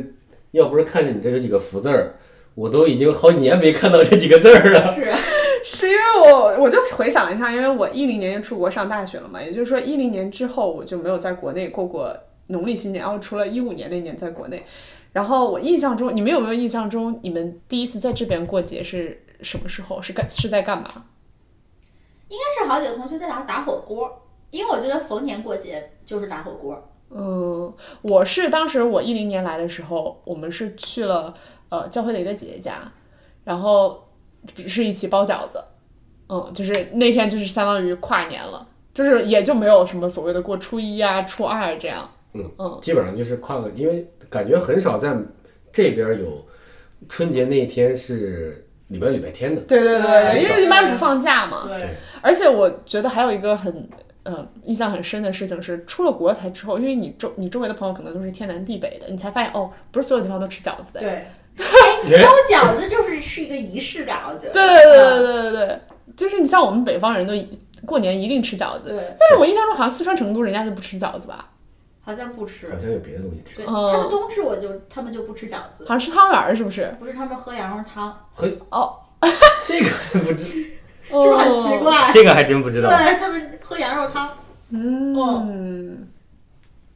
Speaker 4: 要不是看着你这有几个福字儿，我都已经好几年没看到这几个字儿了。
Speaker 1: 是，
Speaker 2: 是因为我我就回想了一下，因为我一零年就出国上大学了嘛，也就是说一零年之后我就没有在国内过过农历新年，然后除了一五年那年在国内。然后我印象中，你们有没有印象中你们第一次在这边过节是什么时候？是干是在干嘛？
Speaker 1: 应该是好几个同学在打打火锅，因为我觉得逢年过节就是打火锅。
Speaker 2: 嗯，呃我是当时我一零年来的时候，我们是去了呃教会的一个姐姐家，然后是一起包饺子，嗯，就是那天就是相当于跨年了，就是也就没有什么所谓的过初一啊、初二这样，嗯
Speaker 4: 基本上就是跨个，因为感觉很少在这边有春节那一天是礼拜礼拜天的，
Speaker 2: 对对对，
Speaker 4: 对
Speaker 2: 因为一般不放假嘛。
Speaker 4: 对
Speaker 5: 对，
Speaker 2: 而且我觉得还有一个很呃印象很深的事情是，出了国台之后，因为你周你周围的朋友可能都是天南地北的，你才发现哦，不是所有地方都吃饺子的。
Speaker 5: 对，
Speaker 4: 哎
Speaker 1: 包饺子就是是一个仪式感，
Speaker 4: 嗯
Speaker 1: 我觉得。
Speaker 2: 对对对对对对，就是你像我们北方人都一过年一定吃饺子，
Speaker 1: 对，
Speaker 2: 但是我印象中好像四川成都人家就不吃饺子吧，
Speaker 1: 好像不吃
Speaker 4: 好。像有别的东西吃
Speaker 1: 对，。
Speaker 2: 嗯
Speaker 1: 他们冬至我就他们就不吃饺子
Speaker 2: 好，像吃汤圆儿是不是？
Speaker 1: 不是他们喝羊肉汤，
Speaker 2: 哦
Speaker 4: 这个还 不知，
Speaker 2: 是
Speaker 1: 是不是很奇？怪？
Speaker 4: 这个还真不知道。
Speaker 1: 对他们喝羊肉汤，
Speaker 2: 嗯。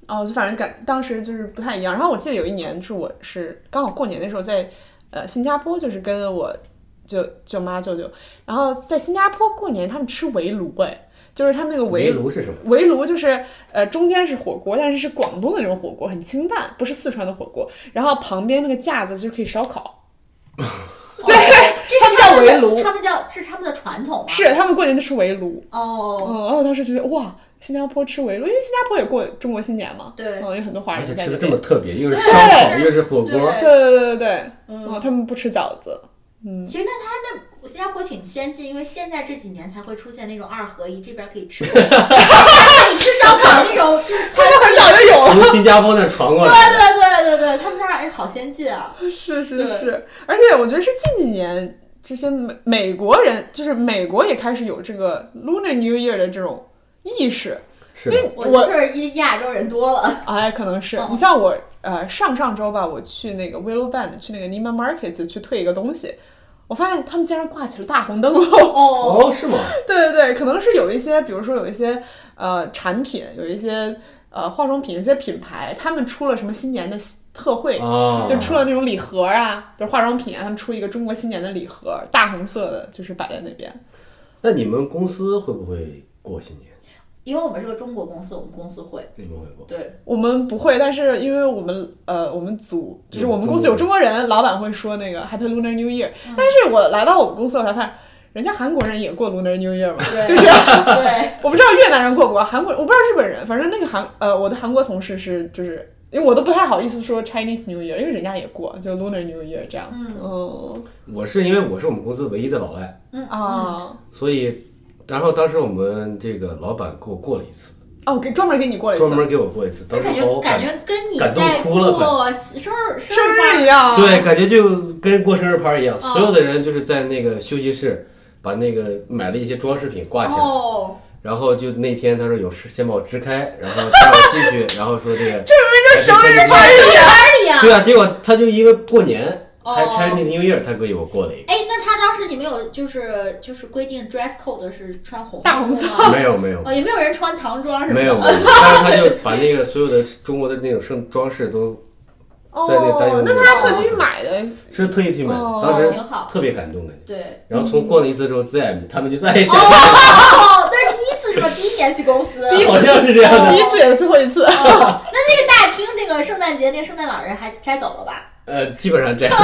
Speaker 2: 哦，就反正感当时就是不太一样。然后我记得有一年是我是刚好过年的时候在呃新加坡，就是跟我舅舅妈舅舅，然后在新加坡过年他们吃围炉哎，就是他们那个
Speaker 4: 围
Speaker 2: 围
Speaker 4: 炉是什么？
Speaker 2: 围炉就是呃中间是火锅，但是是广东的那种火锅，很清淡，不是四川的火锅。然后旁边那个架子就可以烧烤，
Speaker 1: 对，这
Speaker 2: 他
Speaker 1: 哦是
Speaker 2: 们叫
Speaker 1: 们
Speaker 2: 围
Speaker 1: 的
Speaker 2: 炉
Speaker 1: 他们叫是他们的传统吗？
Speaker 2: 是他们过年就吃围炉。嗯，
Speaker 1: 哦，
Speaker 2: 然后我当时觉得哇，新加坡吃围炉，因为新加坡也过中国新年嘛，
Speaker 1: 啊对
Speaker 2: 嗯，有很多华
Speaker 4: 而
Speaker 2: 人
Speaker 4: 且
Speaker 2: 在
Speaker 4: 吃
Speaker 2: 那
Speaker 4: 的这
Speaker 2: 边
Speaker 4: 么。特别，又是烧烤又是火锅，
Speaker 2: 对对对对对，
Speaker 5: 嗯
Speaker 2: 嗯，他们不吃饺子，嗯
Speaker 1: 其实那他那新加坡挺先进，因为现在这几年才会出现那种二合一，这边可以吃，可以吃烧烤那种就是餐
Speaker 2: 他们很早就有 了。
Speaker 4: 从新加坡那传过来的。
Speaker 1: 对对对对对，他们那儿哎好先进啊！
Speaker 2: 是是
Speaker 5: 对
Speaker 2: 是，而且我觉得是近几年这些美美国人，就是美国也开始有这个 Lunar New Year 的这种意识，
Speaker 4: 是的，
Speaker 1: 我就是一亚洲人多了，
Speaker 2: 哎，可能是
Speaker 1: 嗯
Speaker 2: 你像我，呃，上上周吧，我去那个 Willow Bend，去那个 Neiman Markets 去退一个东西，我发现他们竟然挂起了大红灯 笼。
Speaker 1: 哦，
Speaker 4: 哦，是吗？
Speaker 2: 对对对，可能是有一些，比如说有一些呃产品，有一些呃化妆品，有一些品牌，他们出了什么新年的特惠，
Speaker 4: 啊，
Speaker 2: 就出了那种礼盒啊，比如化妆品啊，他们出一个中国新年的礼盒，大红色的，就是摆在那边。
Speaker 4: 那你们公司会不会过新年？
Speaker 1: 因为我们是个中国公司，我们公司会，
Speaker 4: 你们会过？
Speaker 1: 对，
Speaker 2: 我们不会，但是因为我们呃，我们组就是我们公司有中国人，老板会说那个 Happy Lunar New Year、但是我来到我们公司，我才发现人家韩国人也过 Lunar New Year 嘛，
Speaker 1: 对
Speaker 2: 就是
Speaker 1: 对，
Speaker 2: 我不知道越南人过不过，韩国人我不知道日本人，反正那个韩呃，我的韩国同事是就是。因为我都不太好意思说 Chinese New Year，因为人家也过，就 Lunar New Year 这样。
Speaker 1: 嗯
Speaker 2: 嗯
Speaker 4: 我是因为我是我们公司唯一的老外，
Speaker 1: 嗯啊，
Speaker 2: 啊，
Speaker 4: 所以，然后当时我们这个老板给我过了一次，
Speaker 2: 哦，给专门给你过了一次
Speaker 4: 专门给我过一次，
Speaker 1: 就
Speaker 4: 当时
Speaker 1: 感
Speaker 4: 把
Speaker 1: 觉
Speaker 4: 我
Speaker 1: 感
Speaker 4: 感
Speaker 1: 觉跟你
Speaker 4: 感动
Speaker 1: 在
Speaker 4: 哭了
Speaker 1: 过生日生
Speaker 2: 生
Speaker 1: 日
Speaker 2: 日一样。
Speaker 4: 对，感觉就跟过生日趴一样，
Speaker 1: 嗯
Speaker 4: 所有的人就是在那个休息室把那个买了一些装饰品挂
Speaker 1: 趴
Speaker 4: 起来，
Speaker 1: 哦，
Speaker 4: 然后就那天他说有事先把我支开，然后带我进去，然后说 这个这
Speaker 2: 生日
Speaker 4: 趴。
Speaker 1: 哪里啊？
Speaker 4: 对啊，结果他就因为过年，
Speaker 1: 哦
Speaker 4: 还 Chinese New Year，他给我过了一
Speaker 1: 哎，那他当时你们有就是就是规定 dress code 是穿红
Speaker 2: 大红
Speaker 1: 色
Speaker 4: 个，
Speaker 1: 吗？
Speaker 4: 没有没有
Speaker 1: 哦，也没有人穿唐装是吗？
Speaker 4: 没有，没有，但是他就把那个所有的中国的那种盛装饰都在那个单元
Speaker 2: 哦
Speaker 4: 里，
Speaker 2: 那他还特地去买的，
Speaker 4: 是特意去买的，
Speaker 2: 哦嗯
Speaker 4: 当时
Speaker 1: 挺好。
Speaker 4: 特别感动的。
Speaker 1: 对，
Speaker 4: 然后从逛了一次之后，再也他们就再也想，
Speaker 1: 哦，那是第一次是 吧？第一年去公司，
Speaker 4: 好像是这样的。
Speaker 2: 第一次也是最后一次。
Speaker 1: 哦，那那个大厅那个圣诞节那个圣诞老人还摘走了吧？
Speaker 4: 呃，基本上这 样。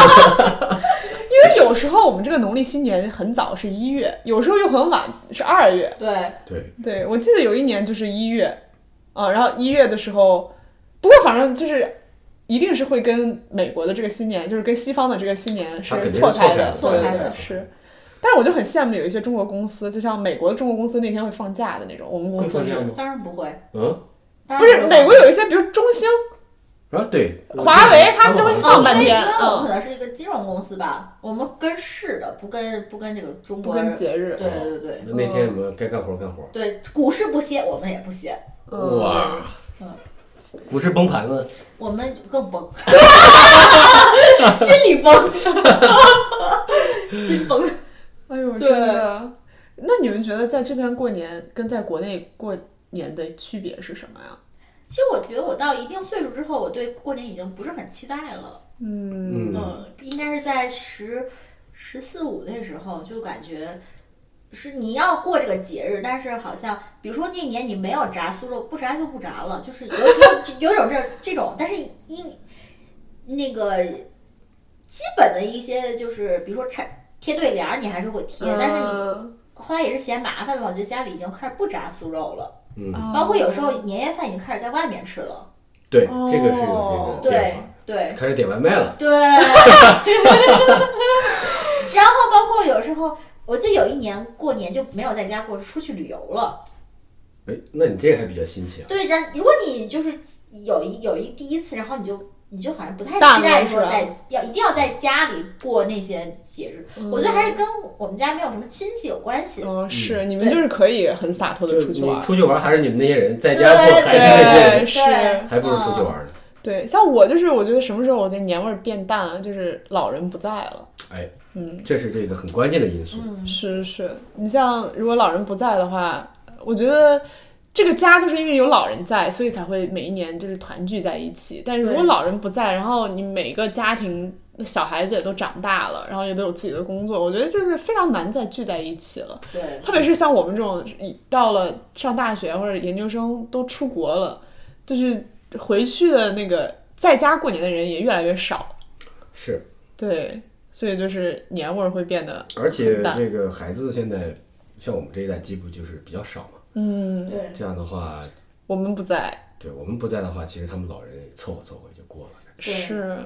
Speaker 2: 因为有时候我们这个农历新年很早是一月，有时候又很晚是二月。
Speaker 1: 对，
Speaker 4: 对，
Speaker 2: 对我记得有一年就是一月，啊，然后一月的时候，不过反正就是一定是会跟美国的这个新年，就是跟西方的这个新年
Speaker 4: 啊肯定是
Speaker 2: 错开的，
Speaker 4: 错
Speaker 1: 开的
Speaker 2: 对
Speaker 1: 错开
Speaker 2: 对对
Speaker 4: 的
Speaker 2: 是。但是我就很羡慕有一些中国公司，就像美国的中国公司那天会放假的那种，我们公司是
Speaker 4: 吗？
Speaker 1: 当然不会，
Speaker 4: 嗯，
Speaker 1: 当然
Speaker 2: 不是
Speaker 1: 会
Speaker 2: 美国有一些，比如中兴、
Speaker 4: 啊，对，
Speaker 2: 华为他们就会
Speaker 4: 他
Speaker 2: 放
Speaker 1: 哦，
Speaker 4: 好像
Speaker 2: 半
Speaker 1: 因为因
Speaker 2: 天
Speaker 1: 为我
Speaker 2: 嗯
Speaker 1: 们可能是一个金融公司吧，我们跟市的，不跟不跟这个中
Speaker 2: 不
Speaker 1: 国
Speaker 2: 跟
Speaker 1: 人。
Speaker 2: 节日
Speaker 1: 对，对对
Speaker 4: 那天我们该干活干活。
Speaker 1: 对，股市不歇，我们也不歇，
Speaker 2: 嗯，
Speaker 4: 哇
Speaker 1: 嗯，
Speaker 4: 股市崩盘了，
Speaker 1: 我们更崩， 心里崩， 心崩。
Speaker 2: 哎呦，
Speaker 1: 对
Speaker 2: 真的。那你们觉得在这边过年跟在国内过年的区别是什么呀？
Speaker 1: 其实我觉得我到一定岁数之后，我对过年已经不是很期待了。
Speaker 2: 嗯
Speaker 4: 嗯，
Speaker 1: 嗯，应该是在十十四五那时候，就感觉是你要过这个节日，但是好像比如说那年你没有炸酥肉，不炸就不炸了，就是有有有种这这种，但是一那个基本的一些就是比如说产贴对联儿你还是会贴，但是你
Speaker 2: 呃嗯
Speaker 1: 后来也是嫌麻烦吧，我觉得家里已经开始不炸酥肉了，
Speaker 4: 嗯，
Speaker 1: 包括有时候年夜饭已经开始在外面吃了，
Speaker 4: 对，
Speaker 2: 哦
Speaker 4: 这个是有这个变
Speaker 1: 对
Speaker 4: 化。
Speaker 1: 对，
Speaker 4: 开始点外卖了，
Speaker 1: 对， 然后包括有时候，我记得有一年过年就没有在家过，出去旅游了。
Speaker 4: 哎，那你这个还比较新奇啊。
Speaker 1: 对，然如果你就是有一有一第一次，然后你就你就好像不太
Speaker 2: 淡
Speaker 1: 期
Speaker 2: 了
Speaker 1: 待
Speaker 2: 是
Speaker 1: 说
Speaker 2: 吧
Speaker 1: 在要一定要在家里过那些节日。我觉得还是跟我们家没有什么亲戚有关系。
Speaker 2: 嗯是你们
Speaker 1: 对
Speaker 2: 就是可以很洒脱的
Speaker 4: 就
Speaker 2: 出去
Speaker 4: 你
Speaker 2: 玩儿，
Speaker 4: 出去玩还是你们那些人在家过，还是那
Speaker 2: 对
Speaker 4: 些
Speaker 2: 嗯
Speaker 4: 人，
Speaker 2: 是。
Speaker 1: 对嗯
Speaker 4: 还不如出去玩呢。
Speaker 2: 对，像我就是，我觉得什么时候我的年味儿变淡了，就是老人不在了。
Speaker 4: 哎，
Speaker 2: 嗯，
Speaker 4: 这是这个很关键的因素。
Speaker 1: 嗯，
Speaker 2: 是是，你像如果老人不在的话，我觉得这个家就是因为有老人在，所以才会每一年就是团聚在一起。但是如果
Speaker 1: 对
Speaker 2: 老人不在，然后你每个家庭小孩子也都长大了，然后也都有自己的工作，我觉得就是非常难再聚在一起了。
Speaker 1: 对，
Speaker 2: 特别是像我们这种已到了上大学或者研究生都出国了，就是回去的那个在家过年的人也越来越少，
Speaker 4: 是，
Speaker 2: 对，所以就是年味儿会变得
Speaker 4: 而且
Speaker 2: 很淡
Speaker 4: 这个孩子现在像我们这一代基本就是比较少嘛，
Speaker 2: 嗯，
Speaker 1: 对，
Speaker 4: 这样的话，
Speaker 2: 我们不在
Speaker 4: 对我们不在的话，其实他们老人也凑合凑合也就过了。
Speaker 1: 对
Speaker 2: 是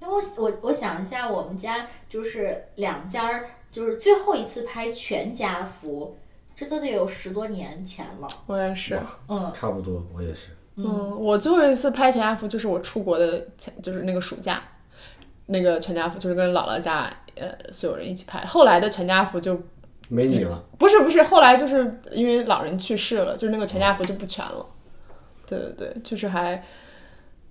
Speaker 1: 因为我我我想一下，我们家就是两家儿，就是最后一次拍全家福，这都得有十多年前了。
Speaker 2: 我也是，
Speaker 4: 哇
Speaker 1: 嗯，
Speaker 4: 差不多，我也是。
Speaker 2: 嗯，我最后一次拍全家福就是我出国的前，就是那个暑假，那个全家福就是跟姥姥家呃所有人一起拍，后来的全家福就
Speaker 4: 没你了，
Speaker 2: 不是不是，后来就是因为老人去世了，就是那个全家福就不全了。对对对，就是还，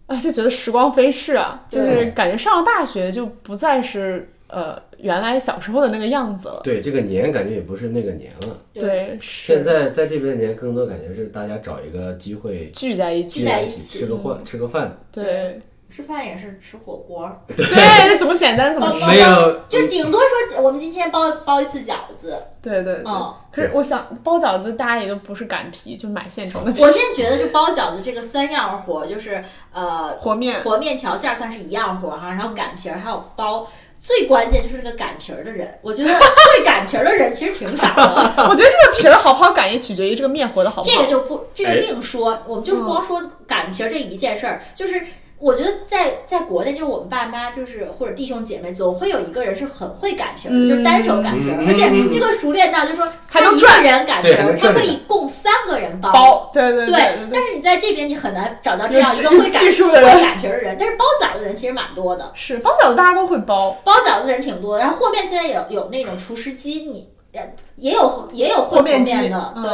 Speaker 2: 哎，就觉得时光飞逝啊，就是
Speaker 4: 对
Speaker 2: 感觉上了大学就不再是呃原来小时候的那个样子了。
Speaker 4: 对这个年感觉也不是那个年了。
Speaker 1: 对
Speaker 2: 对，
Speaker 4: 现
Speaker 2: 是
Speaker 4: 在在这边的年，更多感觉是大家找一个机会
Speaker 2: 聚在一
Speaker 1: 聚
Speaker 2: 起，
Speaker 1: 在
Speaker 4: 一
Speaker 1: 一起嗯
Speaker 4: 吃个饭，吃个饭，
Speaker 2: 对
Speaker 1: 吃饭也是吃火锅儿，
Speaker 2: 对，怎么简单怎么吃
Speaker 1: 包
Speaker 4: 没有
Speaker 1: 就顶多说我们今天包包一次饺子。
Speaker 2: 对对对
Speaker 1: 哦。
Speaker 2: 可是我想包饺子，大家也都不是擀皮，就买现成的皮
Speaker 1: 我现在觉得就包饺子这个三样活，就是呃
Speaker 2: 和面。
Speaker 1: 和面条馅儿算是一样活哈，然后擀皮儿还有包。最关键就是那个擀皮儿的人，我觉得 会擀皮儿的人其实挺少的，
Speaker 2: 我觉得这个皮儿好不好擀，也取决于这个面和的好不
Speaker 1: 这
Speaker 2: 好
Speaker 1: 个。就不这个
Speaker 4: 哎
Speaker 1: 另说，我们
Speaker 2: 嗯
Speaker 1: 就是光说擀皮儿这一件事儿，就是我觉得在在国内，就是我们爸妈就是或者弟兄姐妹，总会有一个人是很会擀皮儿的，
Speaker 2: 嗯
Speaker 1: 就是单手擀皮儿，
Speaker 4: 嗯
Speaker 1: 而且这个熟练到就是说
Speaker 2: 还
Speaker 1: 他
Speaker 2: 能
Speaker 1: 一
Speaker 2: 转
Speaker 1: 个人擀皮
Speaker 4: 对还
Speaker 1: 儿，
Speaker 4: 能
Speaker 1: 他
Speaker 4: 转
Speaker 1: 可以供三个人包
Speaker 2: 包，对对对
Speaker 1: 对，但是你在这边你很难找到这样一个会擀
Speaker 2: 有技术的人
Speaker 1: 会擀皮儿的人，但是包饺子的人其实蛮多的，
Speaker 2: 是包饺子大家都会包，
Speaker 1: 包饺子的人挺多的。然后和面现在有有那种厨师机，你呃也有也有会和面
Speaker 2: 机
Speaker 1: 的，
Speaker 2: 嗯
Speaker 1: 对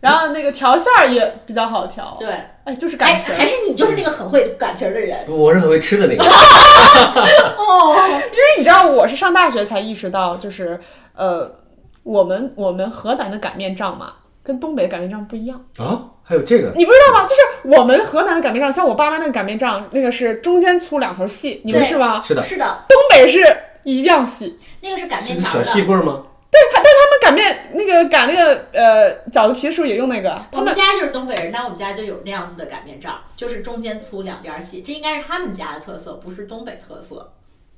Speaker 2: 然后那个调馅儿也比较好调，
Speaker 1: 对，
Speaker 2: 哎，就是
Speaker 1: 哎，
Speaker 2: 擀皮儿，
Speaker 1: 还是你就是那个很会擀皮儿的人
Speaker 4: 不，我是很会吃的那个。嗯
Speaker 1: 哦，
Speaker 2: 因为你知道我是上大学才意识到，就是呃，我们我们河南的擀面杖嘛。跟东北的擀面杖不一样，
Speaker 4: 啊，还有这个，
Speaker 2: 你不知道吗？就是我们河南的擀面杖，像我爸妈那个擀面杖，那个是中间粗两头细，你们
Speaker 1: 对
Speaker 2: 是吗？
Speaker 4: 是的，
Speaker 1: 是的，
Speaker 2: 东北是一样细，
Speaker 1: 那个是擀面
Speaker 4: 是
Speaker 1: 条
Speaker 4: 小
Speaker 1: 的，
Speaker 4: 细棍儿吗？
Speaker 2: 他们擀面那个擀那个呃饺子皮的时候也用那个，啊
Speaker 1: 我
Speaker 2: 他
Speaker 1: 们
Speaker 2: 们
Speaker 1: 家就是东北人，但我们家就有那样子的擀面杖，就是中间粗两边儿细，这应该是他们家的特色，不是东北特色。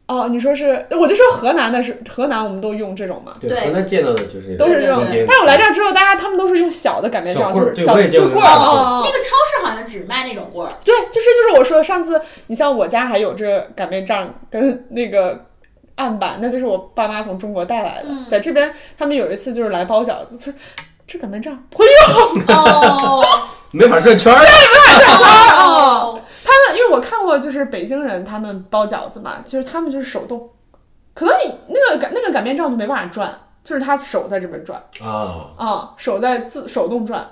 Speaker 2: 哦，你说是，我就说河南的是河南，我们都用这种嘛。
Speaker 4: 对，
Speaker 1: 对
Speaker 4: 河南见到的就是
Speaker 2: 都是这种
Speaker 4: 中间。
Speaker 2: 但是我来这儿之后，大家他们都是用小的擀面杖，
Speaker 4: 小棍儿
Speaker 2: 就是
Speaker 4: 对
Speaker 2: 小
Speaker 4: 我也见
Speaker 2: 就
Speaker 4: 过
Speaker 2: 棍
Speaker 4: 那
Speaker 2: 儿
Speaker 4: 种棍儿
Speaker 2: 哦
Speaker 1: 那个超市好像只卖那种棍 儿，
Speaker 2: 对，就是就是我说上次，你像我家还有这擀面杖跟那个案板，那就是我爸妈从中国带来的，
Speaker 1: 嗯
Speaker 2: 在这边他们有一次就是来包饺子，就是这擀面杖不会用
Speaker 1: 哦，
Speaker 4: 没法转圈儿。啊
Speaker 2: 哦，他 们因为我看过就是北京人他们包饺子嘛，就是他们就是手动，可能你那个擀那个擀面杖就没办法转，就是他手在这边转
Speaker 4: 啊，
Speaker 2: 啊、手在自手动转。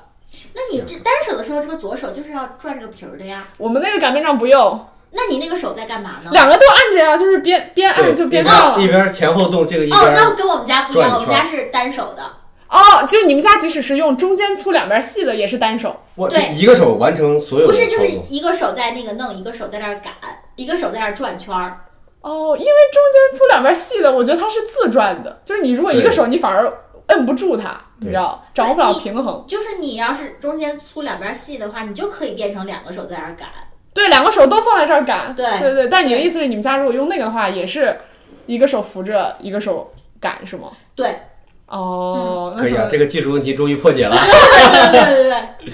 Speaker 1: 那你这单手的时候，这个左手就是要转这个皮儿的呀。
Speaker 2: 我们那个擀面杖不用，
Speaker 1: 那你那个手在干嘛呢？
Speaker 2: 两个都按着呀，就是边边按就边转了
Speaker 4: 一。边前后动，这个一
Speaker 1: 哦，那
Speaker 4: 边
Speaker 1: 跟我们家不一样，我
Speaker 4: 转一
Speaker 1: 们
Speaker 4: 圈
Speaker 1: 家是单手的。
Speaker 2: 哦，就是你们家即使是用中间粗两边细的，也是单手。
Speaker 4: 哇，
Speaker 1: 对
Speaker 4: 这一个手完成所有
Speaker 1: 不
Speaker 4: 的
Speaker 1: 是，就
Speaker 4: 操
Speaker 1: 是
Speaker 4: 作。
Speaker 1: 一个手在那个弄，一个手在那儿擀，一个手在那儿转圈儿。
Speaker 2: 哦，因为中间粗两边细的，我觉得它是自转的，就是你如果一个
Speaker 4: 对
Speaker 2: 手，你反而摁不住它，你
Speaker 4: 对
Speaker 2: 知道，掌握不了平衡。
Speaker 1: 就是你要是中间粗两边细的话，你就可以变成两个手在那儿擀。
Speaker 2: 对，两个手都放在这儿擀。
Speaker 1: 对
Speaker 2: 对对，但你的意思是，你们家如果用那个的话，也是一个手扶着，一个手感是吗？
Speaker 1: 对，嗯
Speaker 2: 哦，那
Speaker 4: 可以啊，
Speaker 2: 能
Speaker 4: 这个技术问题终于破解 了。
Speaker 1: 对对对，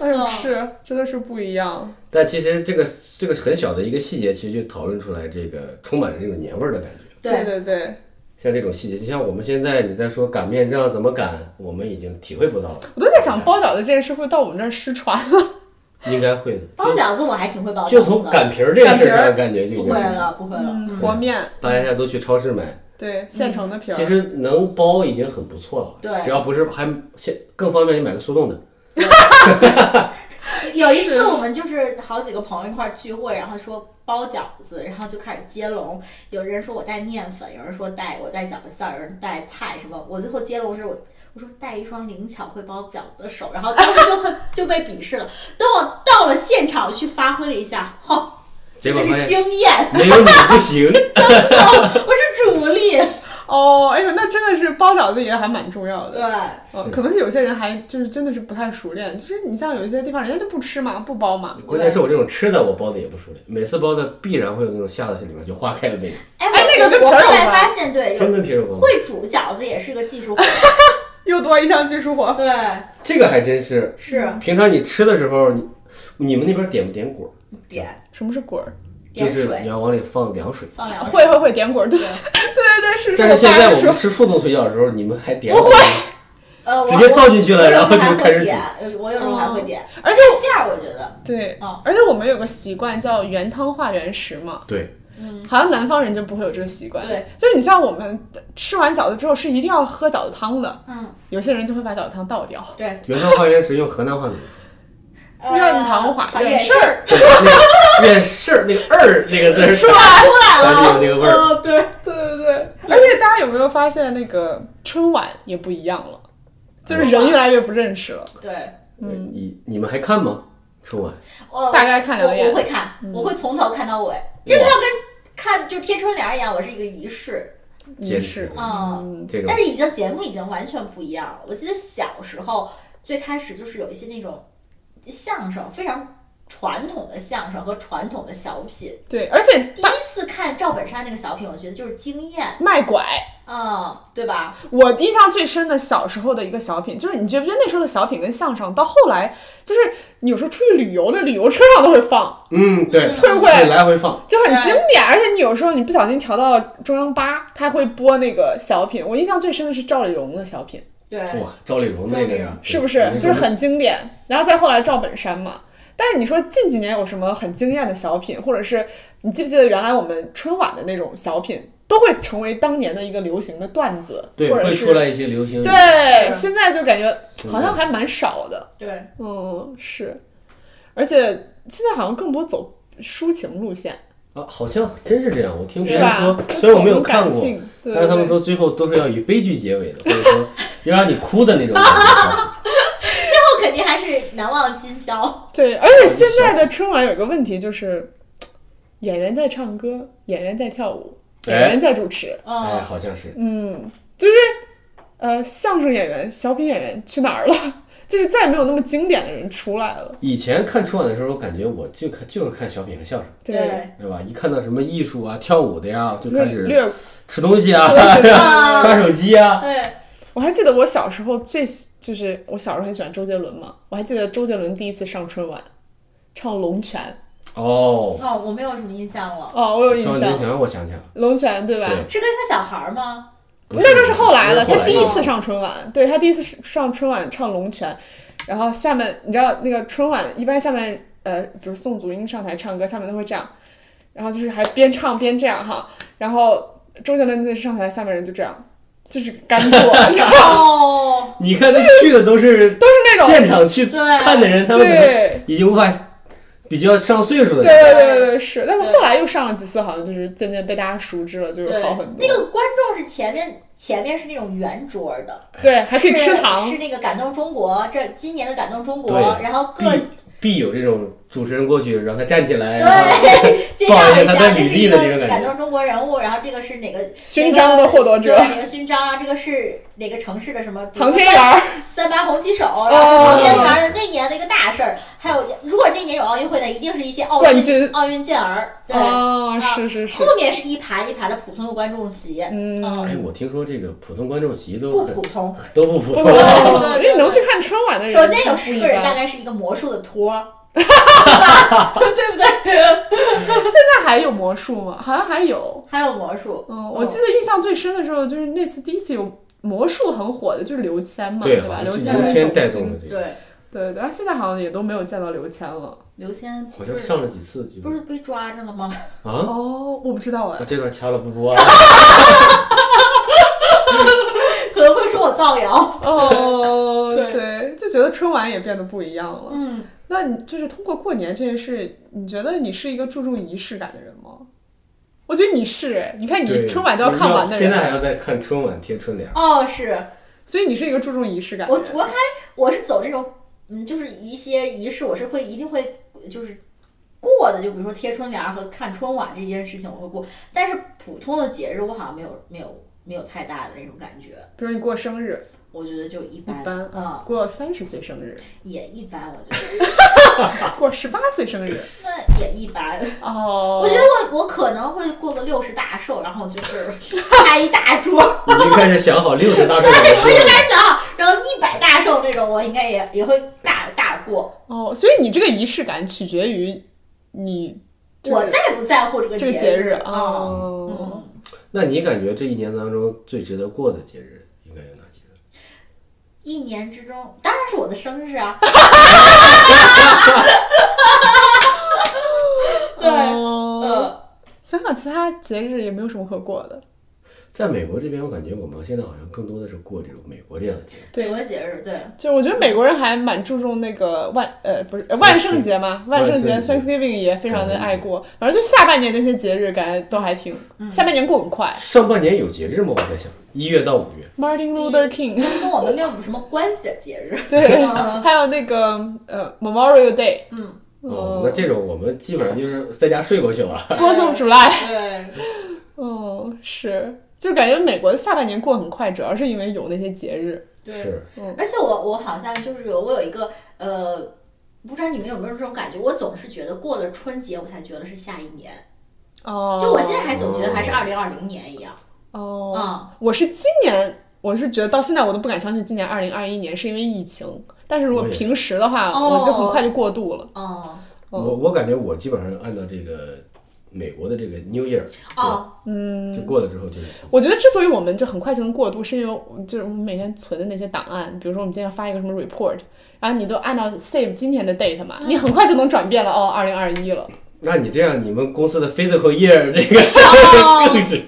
Speaker 2: 哎呦
Speaker 1: 嗯
Speaker 2: 是，真的是不一样。
Speaker 4: 但其实这个这个很小的一个细节，其实就讨论出来这个充满了这种年味儿的感觉。
Speaker 2: 对
Speaker 1: 对
Speaker 2: 对对，
Speaker 4: 像这种细节，就像我们现在你在说擀面杖怎么擀，我们已经体会不到了，
Speaker 2: 我都在想包饺子这件事会到我们这儿失传。
Speaker 4: 应该会的。
Speaker 1: 包饺子我还挺会包饺子
Speaker 4: 就
Speaker 1: 的，
Speaker 4: 就从擀皮儿这个
Speaker 2: 擀皮
Speaker 4: 事儿上，感觉就
Speaker 1: 不
Speaker 4: 已经
Speaker 1: 会
Speaker 4: 是
Speaker 1: 了，不会了。
Speaker 2: 嗯，
Speaker 1: 嗯
Speaker 2: 和面，
Speaker 4: 大家现在都去超市买，
Speaker 2: 对，现成的皮
Speaker 4: 嗯其
Speaker 2: 儿。
Speaker 4: 实能包已经很不错了。
Speaker 1: 对
Speaker 4: 只要不是还现更方便，你买个速冻的。
Speaker 1: 有一次我们就是好几个朋友一块儿聚会，然后说包饺子，然后就开始接龙。有人说我带面粉，有人说带我带饺子馅儿，有人带菜什么。我最后接龙是我我说带一双灵巧会包饺子的手，然后当时就会就被鄙视了。等我到了现场去发挥了一下，哈、
Speaker 4: 结果
Speaker 1: 这
Speaker 4: 发
Speaker 1: 是
Speaker 4: 现
Speaker 1: 经验，
Speaker 4: 没有你不行。
Speaker 1: 我是主力。
Speaker 2: 哦，哎呦，那真的是包饺子也还蛮重要的。
Speaker 1: 对，
Speaker 2: 哦，
Speaker 4: 是
Speaker 2: 可能是有些人还就是真的是不太熟练，就是你像有一些地方人家就不吃嘛，不包嘛。
Speaker 4: 关键是我这种吃的，我包的也不熟练，每次包的必然会有那种下到里面就化开的那种，
Speaker 1: 哎，我
Speaker 2: 哎那个跟
Speaker 1: 我
Speaker 2: 皮儿有
Speaker 1: 后来
Speaker 2: 关
Speaker 1: 发现，对，
Speaker 4: 真
Speaker 1: 有
Speaker 4: 跟皮肉包。
Speaker 1: 哎会煮饺子也是个技术 活。
Speaker 2: 又多一项技术活。
Speaker 1: 对，
Speaker 4: 这个还真是，
Speaker 2: 嗯
Speaker 1: 是
Speaker 4: 平常你吃的时候，你你们那边点不点果？
Speaker 1: 点
Speaker 2: 什么是滚儿？
Speaker 4: 就
Speaker 1: 点
Speaker 4: 是
Speaker 1: 水
Speaker 4: 你，要往里放凉水。
Speaker 1: 放凉水。
Speaker 2: 会会会点滚儿，对对对对，是。
Speaker 4: 但是现在
Speaker 2: 我爸
Speaker 4: 我们
Speaker 2: 说
Speaker 4: 吃速冻水饺的时候，你们还点
Speaker 2: 不
Speaker 4: 火
Speaker 2: 会
Speaker 1: 呃，我
Speaker 4: 直接
Speaker 1: 我
Speaker 4: 倒进去了，
Speaker 1: 我有
Speaker 4: 然
Speaker 1: 时
Speaker 4: 后
Speaker 1: 候
Speaker 4: 就
Speaker 1: 还
Speaker 4: 开
Speaker 1: 会
Speaker 4: 始煮
Speaker 1: 点，。呃我有时候还会点，
Speaker 2: 哦而且
Speaker 1: 这馅儿我觉得，
Speaker 2: 对
Speaker 1: 哦，
Speaker 2: 而且我们有个习惯叫原汤化原食嘛，
Speaker 4: 对，
Speaker 2: 好像南方人就不会有这个习惯。
Speaker 1: 嗯对，
Speaker 2: 就是你像我们吃完饺子之后是一定要喝饺子汤的，
Speaker 1: 嗯，
Speaker 2: 有些人就会把饺子汤倒掉。
Speaker 1: 对，
Speaker 4: 原汤化原食用河南话怎么说？
Speaker 1: 呃
Speaker 2: 愿堂华
Speaker 1: 好
Speaker 2: 愿
Speaker 1: 也
Speaker 2: 事
Speaker 1: 是
Speaker 2: 儿
Speaker 4: 对，那个院士儿那个儿那个字儿，
Speaker 1: 出来
Speaker 4: 当地
Speaker 1: 了，
Speaker 4: 有那个味儿。
Speaker 1: 哦，对，
Speaker 2: 对对对，而且大家有没有发现那个春晚也不一样了，就是人越来越不认识了。
Speaker 1: 对，
Speaker 2: 嗯
Speaker 4: 你你们还看吗？春晚？
Speaker 1: 我
Speaker 2: 大概看两眼
Speaker 1: 我
Speaker 2: 嗯
Speaker 1: 我会看，我会从头看到尾，这个要跟看就贴春联一样，我是一个仪式，
Speaker 2: 也是，
Speaker 1: 嗯，
Speaker 2: 嗯，
Speaker 4: 这种
Speaker 1: 但是已经节目已经完全不一样了。我记得小时候最开始就是有一些那种相声，非常传统的相声和传统的小品。
Speaker 2: 对，而且
Speaker 1: 第
Speaker 2: 大
Speaker 1: 一次看赵本山那个小品，我觉得就是惊艳，
Speaker 2: 卖拐。
Speaker 1: 嗯，对吧？
Speaker 2: 我印象最深的小时候的一个小品，就是你觉不觉得那时候的小品跟相声，到后来就是你有时候出去旅游的旅游车上都会放，
Speaker 4: 嗯，对，
Speaker 2: 会不会
Speaker 4: 对来回放？
Speaker 2: 就很经典。而且你有时候你不小心调到中央八，它会播那个小品。我印象最深的是赵丽蓉的小品，
Speaker 1: 对，
Speaker 4: 哇，赵丽蓉
Speaker 1: 赵
Speaker 4: 那
Speaker 1: 丽
Speaker 4: 个
Speaker 1: 蓉
Speaker 2: 是不是就是很经典？然后再后来赵本山嘛。但是你说近几年有什么很惊艳的小品，或者是你记不记得原来我们春晚的那种小品，都会成为当年的一个流行的段子，
Speaker 4: 对，
Speaker 2: 或者
Speaker 4: 会
Speaker 2: 是
Speaker 4: 出来一些流行语。
Speaker 2: 对，
Speaker 1: 是
Speaker 2: 现在就感觉好像还蛮少的。
Speaker 1: 对，
Speaker 2: 嗯，是，而且现在好像更多走抒情路线，
Speaker 4: 啊，好像真是这样。我听别
Speaker 2: 是
Speaker 4: 人
Speaker 2: 吧
Speaker 4: 说，？
Speaker 2: 就
Speaker 4: 虽然我没
Speaker 2: 走
Speaker 4: 有
Speaker 2: 入
Speaker 4: 看
Speaker 2: 感
Speaker 4: 过，
Speaker 2: 性，对
Speaker 4: 但是他们
Speaker 2: 对
Speaker 4: 说最后都是要以悲剧结尾的，或者 说要让你哭的那种感觉。
Speaker 1: 最后肯定还是难忘今宵。
Speaker 2: 对，而且现在的春晚有个问题就是，演员在唱歌，演员在跳舞，演
Speaker 4: 哎
Speaker 2: 员在主持，
Speaker 4: 哎，
Speaker 1: 嗯，
Speaker 4: 好像是。
Speaker 2: 嗯，就是呃，相声演员、小品演员去哪儿了？ 就是再也没有那么经典的人出来了。
Speaker 4: 以前看春晚的时候，我感觉我就看就是看小品和相声，
Speaker 2: 对，
Speaker 4: 对吧？一看到什么艺术啊、跳舞的呀，就
Speaker 2: 略
Speaker 4: 开始
Speaker 2: 略
Speaker 4: 吃东西啊、
Speaker 2: 略知
Speaker 1: 啊
Speaker 4: 刷手机啊。
Speaker 1: 对，
Speaker 2: 我还记得我小时候最喜就是我小时候很喜欢周杰伦嘛，我还记得周杰伦第一次上春晚，唱《龙泉
Speaker 4: 哦，
Speaker 1: 哦，我没有什么印象》了，
Speaker 2: 哦，我有印
Speaker 4: 稍微联
Speaker 2: 象，
Speaker 4: 想，我想起来了，
Speaker 2: 龙泉对吧？
Speaker 4: 对
Speaker 1: 是跟一个小孩儿吗？
Speaker 4: 不
Speaker 2: 那个是后来
Speaker 4: 那
Speaker 2: 了，
Speaker 4: 是后
Speaker 2: 他
Speaker 4: 来
Speaker 2: 第
Speaker 4: 的
Speaker 2: 一次上春晚，对他第一次上春晚唱《龙泉》，然后下面你知道那个春晚一般下面呃，比如宋祖英上台唱歌，下面都会这样，然后就是还边唱边这样哈，然后周杰伦那次上台，下面人就这样，就是干坐， 然后
Speaker 1: 哦，
Speaker 4: 你看他去的都是
Speaker 2: 都是那种
Speaker 4: 现场去
Speaker 1: 对
Speaker 4: 看的人，他们可能
Speaker 2: 对。
Speaker 4: 已经无法比较上岁数的人。
Speaker 2: 对
Speaker 1: 对
Speaker 2: 对对，是，但是后来又上了几次，好像就是渐渐被大家熟知了，就是
Speaker 1: 对
Speaker 2: 好很，多。
Speaker 1: 那个观众是前面前面是那种圆桌儿的，
Speaker 2: 对，还可以吃糖，
Speaker 1: 是是那个感动中国，这今年的感动中国，
Speaker 4: 对嗯
Speaker 1: 然后各
Speaker 4: 必必有这种主持人过去让他站起来，然后
Speaker 1: 对 介绍一
Speaker 4: 哎不好意思他
Speaker 1: 下，
Speaker 4: 在
Speaker 1: 这
Speaker 4: 比
Speaker 1: 是一
Speaker 4: 例的这种
Speaker 1: 个
Speaker 4: 感觉
Speaker 1: 感动中国人物，然后这个是哪 个
Speaker 2: 勋章的获得者
Speaker 1: 对，，哪个勋章啊？这个是哪个城市的什么？比如
Speaker 2: 航天
Speaker 1: 三
Speaker 2: 员儿，
Speaker 1: 三八红游击手，
Speaker 2: 哦
Speaker 1: 然后旁边
Speaker 4: 哦
Speaker 1: 玩的那年的一个大事儿，还有如果那年有奥运会的，一定是一些奥
Speaker 2: 冠
Speaker 1: 运
Speaker 2: 军
Speaker 1: 奥运健儿，对，
Speaker 2: 哦，
Speaker 1: 啊
Speaker 2: 是是是
Speaker 1: 后，面是一排一排的普通的观众席，
Speaker 2: 嗯，
Speaker 1: 嗯，
Speaker 4: 哎，我听说这个普通观众席都
Speaker 1: 不
Speaker 4: 很
Speaker 1: 普通。
Speaker 4: 都不普
Speaker 2: 不
Speaker 4: 通，
Speaker 2: 不
Speaker 1: 对
Speaker 2: 不
Speaker 1: 对对
Speaker 2: 因为能去看春晚的人，
Speaker 1: 首先有十个人，大
Speaker 2: 概
Speaker 1: 概是一个魔术的托儿，
Speaker 2: 现在还有魔术吗？好像还有。
Speaker 1: 还有魔术。
Speaker 2: 嗯，我记得印象最深的时候就是那次第一次有魔术很火的，就是刘谦嘛，
Speaker 4: 对，好
Speaker 2: 吧？
Speaker 4: 像
Speaker 2: 刘
Speaker 4: 是
Speaker 2: 谦跟
Speaker 4: 刘谦带
Speaker 2: 董
Speaker 4: 动
Speaker 2: 卿，
Speaker 4: 的这个，
Speaker 1: 对，
Speaker 2: 对对，啊现在好像也都没有见到刘谦了。
Speaker 1: 刘谦不
Speaker 4: 好像
Speaker 1: 是
Speaker 4: 上了几次就
Speaker 1: 不是被抓着了吗？
Speaker 4: 啊，
Speaker 2: 哦，我不知道
Speaker 4: 我
Speaker 2: 哎，
Speaker 4: 这段掐了不播啊，
Speaker 1: 可能会说我造谣。
Speaker 2: 哦，
Speaker 1: 对
Speaker 2: 对，就觉得春晚也变得不一样了。
Speaker 1: 嗯，
Speaker 2: 那你就是通过过年这件事，你觉得你是一个注重仪式感的人吗？我觉得你是哎，你看你
Speaker 4: 对
Speaker 2: 春晚都要看完的
Speaker 4: 现在还
Speaker 2: 人，
Speaker 4: 要再看春晚贴春联，
Speaker 1: 哦，是
Speaker 2: 所以你是一个注重仪式感的
Speaker 1: 我
Speaker 2: 人。
Speaker 1: 我还我是走这种，嗯，就是一些仪式，我是会一定会就是过的，就比如说贴春联儿和看春晚这件事情我会过，但是普通的节日我好像没有没有没有太大的那种感觉，
Speaker 2: 比如你过生日，
Speaker 1: 我觉得就一般，
Speaker 2: 一般
Speaker 1: 嗯，
Speaker 2: 过三十岁生日，
Speaker 1: 也一般，我觉得
Speaker 2: 过十八岁生日，
Speaker 1: 那也一般。
Speaker 2: 哦，
Speaker 1: 我觉得我我可能会过个六十大寿，然后就是 开一大桌，
Speaker 4: 已经开始想好六十 大 寿怎么
Speaker 1: 我
Speaker 4: 过
Speaker 1: 就
Speaker 4: 了。
Speaker 1: 开始想好，然后一百大寿那种，我应该也也会大大过。
Speaker 2: 哦，所以你这个仪式感取决于你就是
Speaker 1: 我在不在乎这个
Speaker 2: 这个
Speaker 1: 节
Speaker 2: 节日
Speaker 1: 啊？
Speaker 2: 哦，
Speaker 1: 嗯，
Speaker 4: 那你感觉这一年当中最值得过的节日应该有哪几个？
Speaker 1: 一年之中当然是我的生日啊。对，
Speaker 2: 哦，
Speaker 1: 呃，
Speaker 2: 想想其他节日也没有什么可过的，
Speaker 4: 在美国这边，我感觉我们现在好像更多的是过这种美国这样的节日。
Speaker 2: 对
Speaker 1: 美国节日，对，
Speaker 2: 就我觉得美国人还蛮注重那个万呃不是呃万圣节嘛，万圣节
Speaker 4: 万圣
Speaker 2: Thanksgiving 也非常的爱过，反正就下半年那些节日感觉都还挺，下半年过很快
Speaker 4: 上半年有节日吗？我在想，一月到五月，
Speaker 2: ，Martin Luther King
Speaker 1: 跟我们没有什么关系的节 日。
Speaker 2: 对，
Speaker 1: 嗯
Speaker 2: 还有那个呃 Memorial Day，
Speaker 1: 嗯，
Speaker 4: 哦，那这种我们基本上就是在家睡过去了。
Speaker 2: Fourth of July，
Speaker 1: 对，
Speaker 2: 嗯是，就感觉美国的下半年过很快，主要是因为有那些节日，
Speaker 1: 对。
Speaker 4: 是，
Speaker 1: 而且我我好像就是有我有一个呃，不知道你们有没有这种感觉，我总是觉得过了春节我才觉得是下一年，
Speaker 2: 哦，
Speaker 1: 就我现在还总觉得还是二零二零年一样。
Speaker 2: 哦，
Speaker 1: 嗯
Speaker 2: 我是今年，我是觉得到现在我都不敢相信今年二零二一年是因为疫情，但是如果
Speaker 4: 我也是
Speaker 2: 平时的话，
Speaker 1: 哦
Speaker 2: 我就很快就过渡了。
Speaker 1: 哦
Speaker 2: 哦
Speaker 4: 我我感觉我基本上按照这个美国的这个 New Year
Speaker 1: 哦，
Speaker 4: 过就过了之后就是新年。
Speaker 2: 我觉得之所以我们就很快就能过渡，是因为我就是我们每天存的那些档案，比如说我们今天要发一个什么 report，然后你都按照 save 今天的 date 嘛，你很快就能转变了哦，二零二一了。
Speaker 4: 那你这样，你们公司的 physical year 这个是
Speaker 1: 哦
Speaker 4: 更是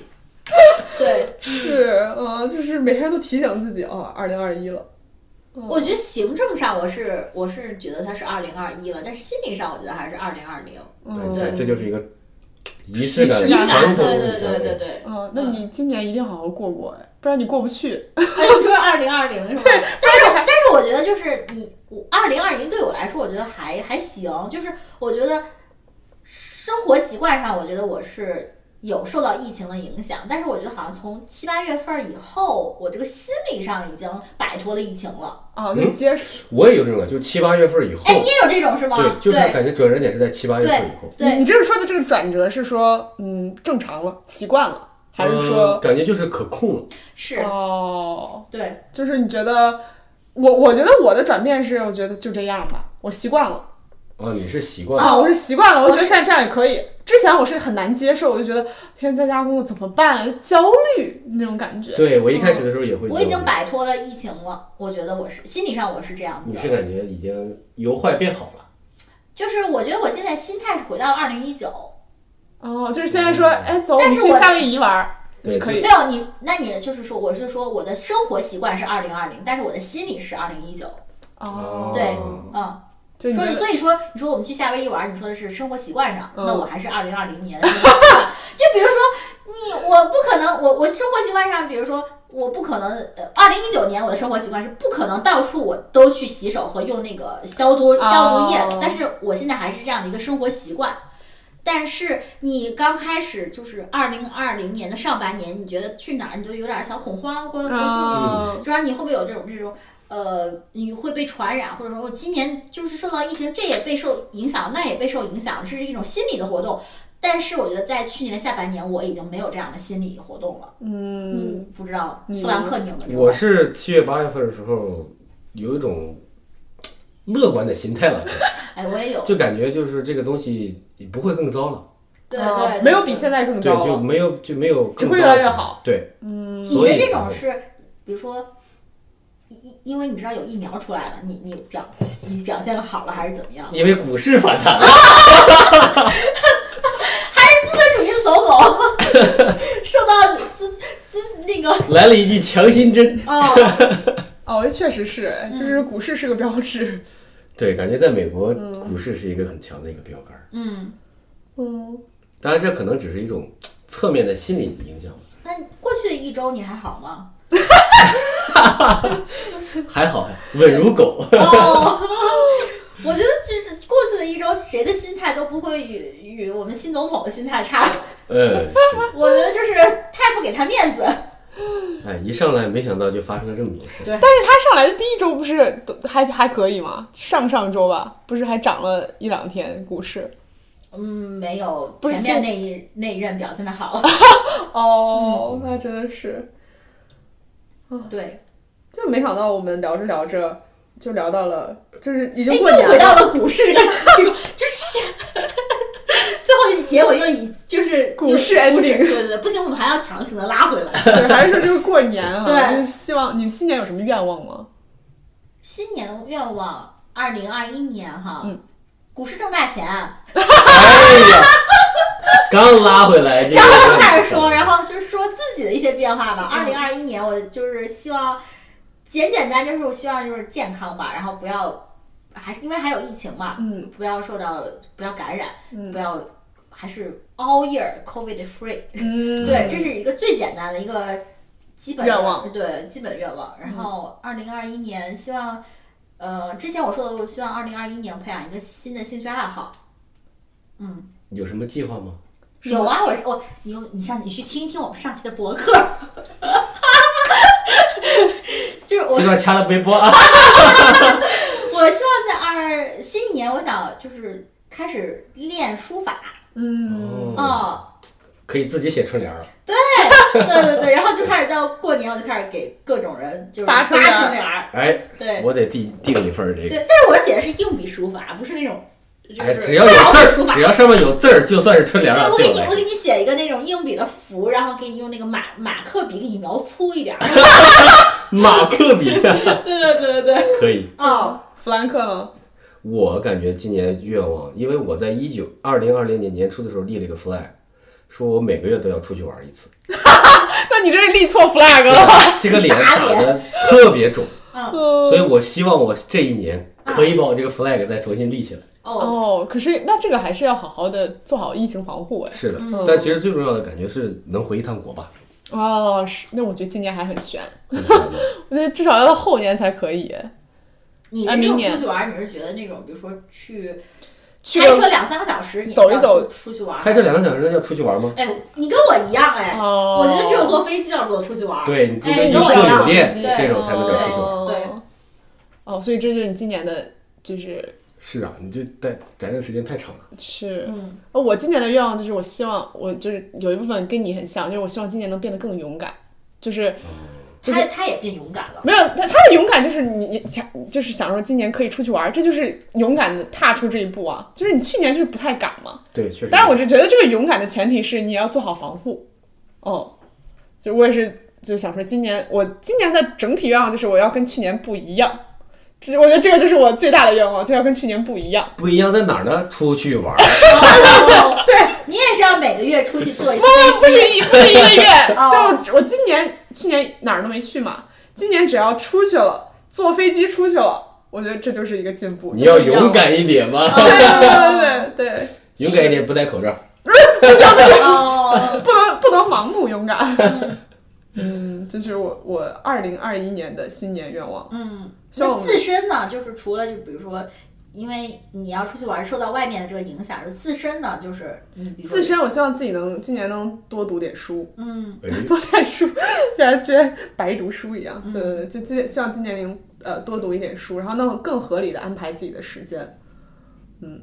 Speaker 1: 对，
Speaker 2: 是，嗯、就是每天都提醒自己哦，二零二一了。
Speaker 1: 我觉得行政上我是我是觉得它是二零二一了，但是心理上我觉得还是二零二零。
Speaker 4: 哎
Speaker 2: 嗯
Speaker 4: 你
Speaker 1: 对
Speaker 4: 看，这就是一个仪式感，
Speaker 2: 仪式
Speaker 4: 呃传
Speaker 2: 感
Speaker 4: 统
Speaker 1: 对
Speaker 4: 的
Speaker 1: 对
Speaker 4: 传
Speaker 1: 对
Speaker 4: 统
Speaker 1: 对对，
Speaker 2: 嗯，那你今年一定好好过过，哎，不然你过不去。
Speaker 1: 哎呦，就是二零二零是吧？
Speaker 2: 对
Speaker 1: 但是但是我觉得就是你我二零二零对我来说，我觉得还还行，就是我觉得生活习惯上，我觉得我是有受到疫情的影响，但是我觉得好像从七八月份儿以后，我这个心理上已经摆脱了疫情了。
Speaker 4: 嗯
Speaker 2: 啊，就接受
Speaker 4: 我也有这种感觉，就七八月份以后
Speaker 1: 哎，，你也有这种是吗？
Speaker 4: 对，就是感觉转折点是在七八月份以后。
Speaker 1: 对
Speaker 2: 你这是说的这个转折是说，嗯，正常了，习惯了，还是
Speaker 4: 嗯
Speaker 2: 说，
Speaker 4: 感觉就是可控了？
Speaker 1: 是，
Speaker 2: 哦，
Speaker 1: 对，
Speaker 2: 就是你觉得，我我觉得我的转变是，我觉得就这样吧，我习惯了
Speaker 4: 哦，你是习惯了，
Speaker 2: 啊，我是习惯了，我
Speaker 1: 我
Speaker 2: 觉得
Speaker 1: 是
Speaker 2: 现在这样也可以。之前我是很难接受，我就觉得天天在家工作怎么办，焦虑那种感觉。
Speaker 4: 对我一开始的时候
Speaker 2: 嗯
Speaker 4: 也会觉得，
Speaker 1: 我已经摆脱了疫情了，我觉得我是心理上我是这样子
Speaker 4: 你
Speaker 1: 的
Speaker 4: 是。感觉已经由坏变好了。
Speaker 1: 就是我觉得我现在心态是回到了二零一九，
Speaker 2: 哦，就是现在说，
Speaker 4: 嗯
Speaker 2: 哎，走，我
Speaker 1: 但
Speaker 2: 们
Speaker 1: 是
Speaker 2: 去
Speaker 1: 我
Speaker 2: 夏威夷玩儿，
Speaker 4: 对
Speaker 2: 你可以
Speaker 1: 没。有你，那你就是说，我是说我的生活习惯是二零二零，但是我的心理是二零一九，
Speaker 2: 哦，
Speaker 1: 对
Speaker 4: 哦
Speaker 1: 嗯，
Speaker 2: 就你
Speaker 1: 所
Speaker 2: 觉
Speaker 1: 以
Speaker 2: 得
Speaker 1: 所以说，你说我们去夏威夷玩，你说的是生活习惯上，
Speaker 2: 嗯
Speaker 1: 那我还是二零二零年的生活习惯， 就比如说你，我不可能，我我生活习惯上，比如说。我不可能，呃，二零一九年我的生活习惯是不可能到处我都去洗手和用那个消毒消毒液的
Speaker 2: 哦
Speaker 1: 但是我现在还是这样的一个生活习惯。但是你刚开始就是二零二零年的上半年，你觉得去哪儿你都有点小恐慌，或者或者
Speaker 2: 哦
Speaker 1: 是你就让你会不会有这种这种呃，你会被传染，或者说我哦今年就是受到疫情，这也被受影响，那也被受影响，这是一种心理的活动。但是我觉得在去年的下半年，我已经没有这样的心理活动了。嗯，你不知道，弗兰克，你有没有
Speaker 2: 嗯
Speaker 1: 这种？
Speaker 4: 我是七月八月份的时候有一种乐观的心态
Speaker 2: 嗯
Speaker 4: 了，
Speaker 1: 哎，我也有，
Speaker 4: 就感觉就是这个东西不会更糟了，
Speaker 1: 对
Speaker 2: 啊
Speaker 1: 对，对
Speaker 2: 没有比现在更
Speaker 4: 对，
Speaker 2: 糟
Speaker 4: 就
Speaker 2: 了，
Speaker 4: 没有就没有
Speaker 2: 只
Speaker 4: 更糟
Speaker 2: 会越来越好。
Speaker 4: 对，
Speaker 2: 嗯，
Speaker 1: 你
Speaker 4: 所以
Speaker 1: 的这
Speaker 4: 才
Speaker 1: 种
Speaker 4: 会
Speaker 1: 是，比如说，因因为你知道有疫苗出来了，你你表你表现好了还是怎么样？
Speaker 3: 因为股市反 弹了。
Speaker 1: 资本主义的走狗 受到资资那 个
Speaker 3: 来了一剂强心针，
Speaker 1: 哦，
Speaker 2: 哦，确实是，就是股市是个标志。
Speaker 4: 对，感觉在美国股市是一个很强的一个标杆儿，
Speaker 1: 嗯，
Speaker 2: 嗯，
Speaker 4: 当然这可能只是一种侧面的心理 影响，
Speaker 1: 那过去的一周你还好吗？
Speaker 4: 还好稳如 狗，
Speaker 1: 哦，我觉得就是过去的一周，谁的心态都不会与与我们新总统的心态差。
Speaker 4: 嗯，
Speaker 1: 我觉得就是太不给他面子。
Speaker 4: 是哎，一上来没想到就发生了这么多事，
Speaker 2: 但是他上来的第一周不是都还还可以吗？上上周吧，不是还涨了一两天股市？
Speaker 1: 嗯，没有
Speaker 2: 不是
Speaker 1: 前面那一那一任表现的好。
Speaker 2: 哦，那真的是，
Speaker 1: 对，
Speaker 2: 就没想到我们聊着聊着就聊到了，就是已经
Speaker 1: 哎，
Speaker 2: 过
Speaker 1: 又
Speaker 2: 年
Speaker 1: 回到
Speaker 2: 了，
Speaker 1: 了股市这个事情， 就是最后一结尾又以就是
Speaker 2: 股市
Speaker 1: 又股
Speaker 2: ending
Speaker 1: 对对对，不行，我们还要强行的拉回来。
Speaker 2: 对，还是说这个过年啊，
Speaker 1: 对
Speaker 2: 就是希望你们新年有什么愿望吗？
Speaker 1: 新年愿望，二零二一年哈，
Speaker 2: 嗯
Speaker 1: 股市挣大钱，
Speaker 3: 哎呀，刚拉回来这个。
Speaker 1: 然后就开始
Speaker 4: 嗯
Speaker 2: 哎
Speaker 1: 说，然后就是说自己的一些变化吧。二
Speaker 2: 嗯
Speaker 1: 零二一年，我就是希望简简单，就是我希望就是健康吧，然后不要还是因为还有疫情嘛，
Speaker 2: 嗯
Speaker 1: 不要受到不要感染，
Speaker 2: 嗯
Speaker 1: 不要还是 all year COVID free。
Speaker 2: 嗯
Speaker 1: 对，这是一个最简单的一个基本的
Speaker 2: 愿望，嗯
Speaker 1: 对基本愿望。然后二零二一年希望，呃，之前我说的，我希望二零二一年培养一个新的兴趣爱好。嗯，
Speaker 4: 有什么计划吗？
Speaker 2: 是吗
Speaker 1: 有啊，我是我你你上你去听一听我们上期的博客， 就是我
Speaker 3: 这段掐了别播啊！
Speaker 1: 我希望在二新一年，我想就是开始练书法
Speaker 2: 嗯，
Speaker 4: 哦，
Speaker 1: 哦，
Speaker 4: 可以自己写春联了，
Speaker 1: 对对对，然后就开始到过年我就开始给各种人就是发
Speaker 2: 发春联儿
Speaker 1: 春联儿，
Speaker 4: 哎，
Speaker 1: 对，
Speaker 4: 我得递订一份儿这个。
Speaker 1: 对，但是我写的是硬笔书法，不是那种，就是
Speaker 4: 哎，只要有字
Speaker 1: 书
Speaker 4: 儿，
Speaker 1: 法
Speaker 4: 只。要上面有字儿，就算是春联
Speaker 1: 对，
Speaker 4: 了。
Speaker 1: 我
Speaker 4: 对
Speaker 1: 给
Speaker 4: 我
Speaker 1: 你，
Speaker 4: 来
Speaker 1: 我
Speaker 4: 说
Speaker 1: 给你写一个那种硬笔的符，然后给你用那个马马克笔给你描粗一点 儿。
Speaker 4: 马克笔
Speaker 1: 对对对对，
Speaker 4: 可以。
Speaker 1: 哦，
Speaker 2: 弗兰克呢？
Speaker 4: 我感觉今年愿望，因为我在一九二零二零年年初的时候立了一个 flag，说我每个月都要出去玩一次。
Speaker 2: 那你这是立错 flag
Speaker 4: 对
Speaker 2: 了。
Speaker 4: 吧这个脸打的特别肿，所
Speaker 2: 所
Speaker 4: 以我希望我这一年可以把我这个 flag 再重新立起来。
Speaker 1: 哦，
Speaker 2: 哦，可是那这个还是要好好的做好疫情防护哎。
Speaker 4: 是的
Speaker 2: 嗯，
Speaker 4: 但其实最重要的感觉是能回一趟国吧。
Speaker 2: 哦，是，那我觉得今年还很悬，我觉得至少要到后年才可以哎
Speaker 1: 你
Speaker 2: 啊
Speaker 1: 那种
Speaker 2: 明年
Speaker 1: 出去玩儿，你是觉得那种，比如说去
Speaker 2: 去
Speaker 1: 开车两三个小时，你
Speaker 2: 走一
Speaker 1: 叫
Speaker 2: 走
Speaker 1: 出出去玩儿。
Speaker 4: 开车两个小时，那叫出去玩吗？
Speaker 1: 哎，你跟我一样哎，
Speaker 2: 哦，
Speaker 1: 我觉得只有坐飞机叫做出去玩儿。
Speaker 4: 对你住在
Speaker 1: 哎
Speaker 4: 一
Speaker 1: 你跟
Speaker 4: 宿
Speaker 1: 我一
Speaker 4: 酒
Speaker 1: 样
Speaker 4: 店
Speaker 1: 对
Speaker 4: 这种才能叫出去玩。
Speaker 2: 哦
Speaker 1: 对。
Speaker 2: 哦，所以这就是你今年的，就是
Speaker 4: 是啊，你这待宅的时间太长了。
Speaker 2: 是、
Speaker 1: 嗯，
Speaker 2: 哦我今年的愿望就是，我希望我就是有一部分跟你很像，就是我希望今年能变得更勇敢，就是就是
Speaker 1: 他他也变勇 敢了。
Speaker 2: 没有他他的勇敢就是你你想就是想说今年可以出去玩儿，这就是勇敢的踏出这一步啊，就是你去年就是不太敢嘛，
Speaker 4: 对，确实。
Speaker 2: 但是我是觉得这个勇敢的前提是你要做好防护。哦，就我也是，就想说今年我今年的整体愿望就是我要跟去年不一样。这我觉得这个就是我最大的愿望，就要跟去年不一样。
Speaker 4: 不一样在哪儿呢？出 去玩儿，
Speaker 1: 哦对，你也是要每个月出去坐一次
Speaker 2: 不不
Speaker 1: 飞机。
Speaker 2: 是一不是一个月，
Speaker 1: 哦
Speaker 2: 就我今年去年哪儿都没去嘛，今年只要出去了，坐飞机出去了，我觉得这就是一个进步。
Speaker 4: 你要
Speaker 2: 就不一样
Speaker 4: 勇。敢一点嘛，
Speaker 2: 对对对对对
Speaker 4: 勇敢一点，不戴口罩。
Speaker 2: 对，不行不行，
Speaker 1: 哦，
Speaker 2: 不能不能盲目勇敢。 嗯，这是我我二零二一年的新年愿望。
Speaker 1: 嗯，
Speaker 2: 像
Speaker 1: 那
Speaker 2: 我们
Speaker 1: 自身呢，就是除了就比如说，因为你要出去玩，受到外面的这个影响，就自身呢，就是嗯，比如说
Speaker 2: 自身，我希望自己能今年能多读点书，
Speaker 1: 嗯
Speaker 4: 哎嗯
Speaker 2: 多看书，感觉白读书一样。对对对，就今希望今年能呃多读一点书，然后能更合理的安排自己的时间。嗯，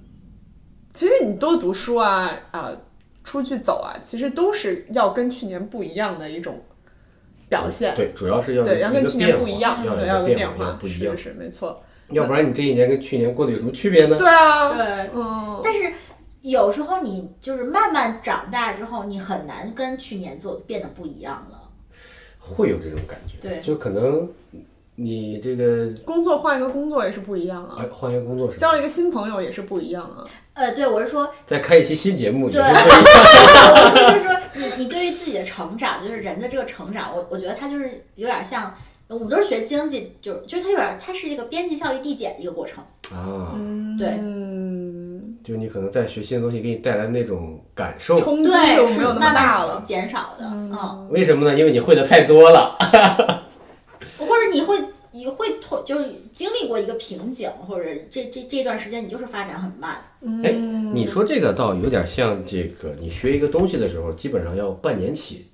Speaker 2: 其实你多读书啊啊、出去走啊，其实都是要跟去年不一样的一种表现。
Speaker 4: 对，主要是要
Speaker 2: 对，
Speaker 4: 有
Speaker 2: 要
Speaker 4: 一
Speaker 2: 跟
Speaker 4: 个
Speaker 2: 去年
Speaker 4: 变
Speaker 2: 不
Speaker 4: 化
Speaker 2: 一样，
Speaker 4: 要有
Speaker 2: 对，
Speaker 4: 一
Speaker 2: 要
Speaker 4: 个
Speaker 2: 有
Speaker 4: 变
Speaker 2: 化，
Speaker 4: 要不一
Speaker 2: 是
Speaker 4: 样，
Speaker 2: 是没错。
Speaker 4: 要不然你这一年跟去年过得有什么区别呢？
Speaker 2: 对啊，
Speaker 1: 对，
Speaker 2: 嗯，
Speaker 1: 但是有时候你就是慢慢长大之后，你很难跟去年做变得不一样了。
Speaker 4: 会有这种感觉，
Speaker 1: 对
Speaker 4: 就可能你这个
Speaker 2: 工作换一个工作也是不一样啊
Speaker 4: 哎，换一个工作什
Speaker 2: 交
Speaker 4: 么，
Speaker 2: 了一个新朋友也是不一样啊。
Speaker 1: 呃，对我是说，
Speaker 4: 再开一期新节目也
Speaker 1: 对
Speaker 4: 是会，
Speaker 1: 我是就是说，你你对于自己的成长，就是人的这个成长，我我觉得它就是有点像，我们都是学经济，就就是它有点，它是一个边际效益递减的一个过程。
Speaker 4: 啊，
Speaker 1: 对
Speaker 2: 嗯，
Speaker 4: 就你可能在学新的东西给你带来那种感受，
Speaker 2: 冲击
Speaker 1: 对，
Speaker 2: 又
Speaker 1: 是
Speaker 2: 没有那么
Speaker 1: 慢
Speaker 2: 大
Speaker 1: 慢
Speaker 2: 了。
Speaker 1: 减少的，嗯，
Speaker 4: 为什么呢？因为你会的太多了，
Speaker 1: 或者你会你会突就是经历过一个瓶颈，或者这这这段时间你就是发展很慢，
Speaker 4: 哎
Speaker 2: 嗯，
Speaker 4: 你说这个倒有点像这个，你学一个东西的时候，基本上要半年起，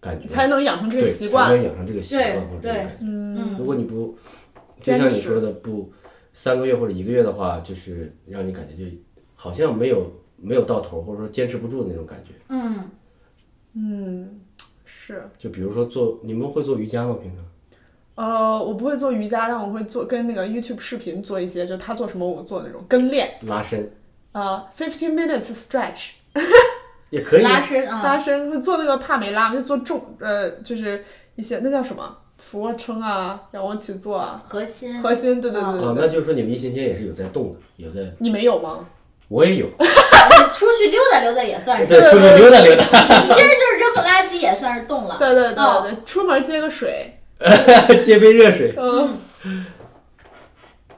Speaker 4: 感觉
Speaker 2: 才能养成这个
Speaker 4: 对
Speaker 2: 习
Speaker 4: 才
Speaker 2: 惯。嗯
Speaker 4: 能养成这个习惯
Speaker 1: 对
Speaker 4: 或者这个
Speaker 1: 对
Speaker 4: 感觉。
Speaker 1: 嗯
Speaker 4: 如果你不，就
Speaker 2: 坚
Speaker 4: 像你
Speaker 2: 持
Speaker 4: 说的不三个月或者一个月的话，就是让你感觉就好像没有没有到头，或者说坚持不住的那种感觉。
Speaker 1: 嗯，
Speaker 2: 嗯，是。
Speaker 4: 就比如说做，你们会做瑜伽吗？平常？
Speaker 2: 呃，我不会做瑜伽，但我会做跟那个 YouTube 视频做一些，就他做什么我做那种跟练。
Speaker 4: 拉伸
Speaker 2: 呃，fifteen minutes stretch
Speaker 4: 也可以啊。
Speaker 1: 拉伸啊，
Speaker 2: 拉伸，会做那个帕梅拉，就做重呃，就是一些那叫什么俯卧撑啊、仰卧起坐啊、
Speaker 1: 核心
Speaker 2: 核心，对对对
Speaker 4: 啊
Speaker 2: 对，对。
Speaker 4: 那就是说你们一星期也是有在动的，有在，
Speaker 2: 你没有吗？
Speaker 4: 我 也有，
Speaker 1: 出去溜达溜达也算是，
Speaker 4: 对，出去溜达溜达，
Speaker 1: 你其实就是扔个垃圾也算是动了。
Speaker 2: 对对对
Speaker 1: 哦
Speaker 2: 对，出门接个水，
Speaker 4: 接杯热水。
Speaker 2: 嗯，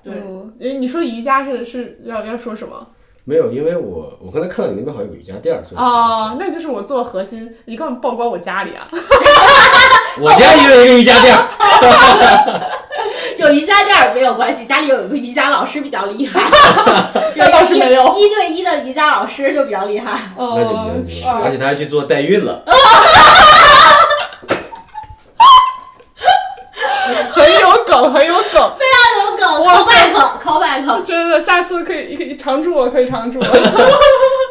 Speaker 1: 对
Speaker 2: 嗯，诶你说瑜伽是是要要说什么？
Speaker 4: 没有，因为我我刚才看到你那边好像有个瑜伽垫儿，所以
Speaker 2: 哦，那就是我做核心，你干嘛曝光我家里啊？
Speaker 4: 我家也有一个瑜伽垫儿，
Speaker 1: 有瑜伽垫儿没有关系，家里有一个瑜伽老师比较厉害，
Speaker 2: 那倒是
Speaker 1: 一
Speaker 2: 没有
Speaker 1: 一对一的瑜伽老师就比较厉害。
Speaker 4: 那就比较
Speaker 2: 哦，
Speaker 4: 牛了，而且他还去做代孕了。
Speaker 2: 很有梗， 很有梗，
Speaker 1: 大有梗
Speaker 2: 哇塞
Speaker 1: ，callback，callback，
Speaker 2: 真的，下次可以可以常驻了，可以常驻了。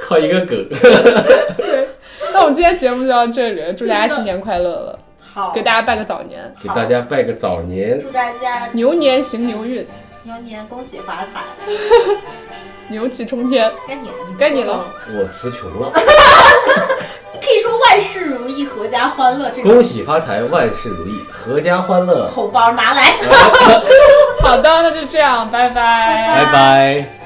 Speaker 4: 靠一个梗，
Speaker 2: 对， 那我们今天节目就到这里了，祝大家新年快乐了，
Speaker 1: 好
Speaker 2: 给，大家拜个早年，
Speaker 4: 给大家拜个早年，
Speaker 1: 祝大家
Speaker 2: 牛年行牛运，
Speaker 1: 牛年恭喜发财。
Speaker 2: 牛气冲天，
Speaker 1: 该你了，你
Speaker 2: 该你了，
Speaker 4: 我词穷了，
Speaker 1: 你可以说万事如意，阖家欢乐这
Speaker 4: 恭
Speaker 1: 个
Speaker 4: 喜发财，万事如意，阖家欢乐，
Speaker 1: 红包拿来。
Speaker 2: 好的，那就这样，拜拜
Speaker 4: 拜拜。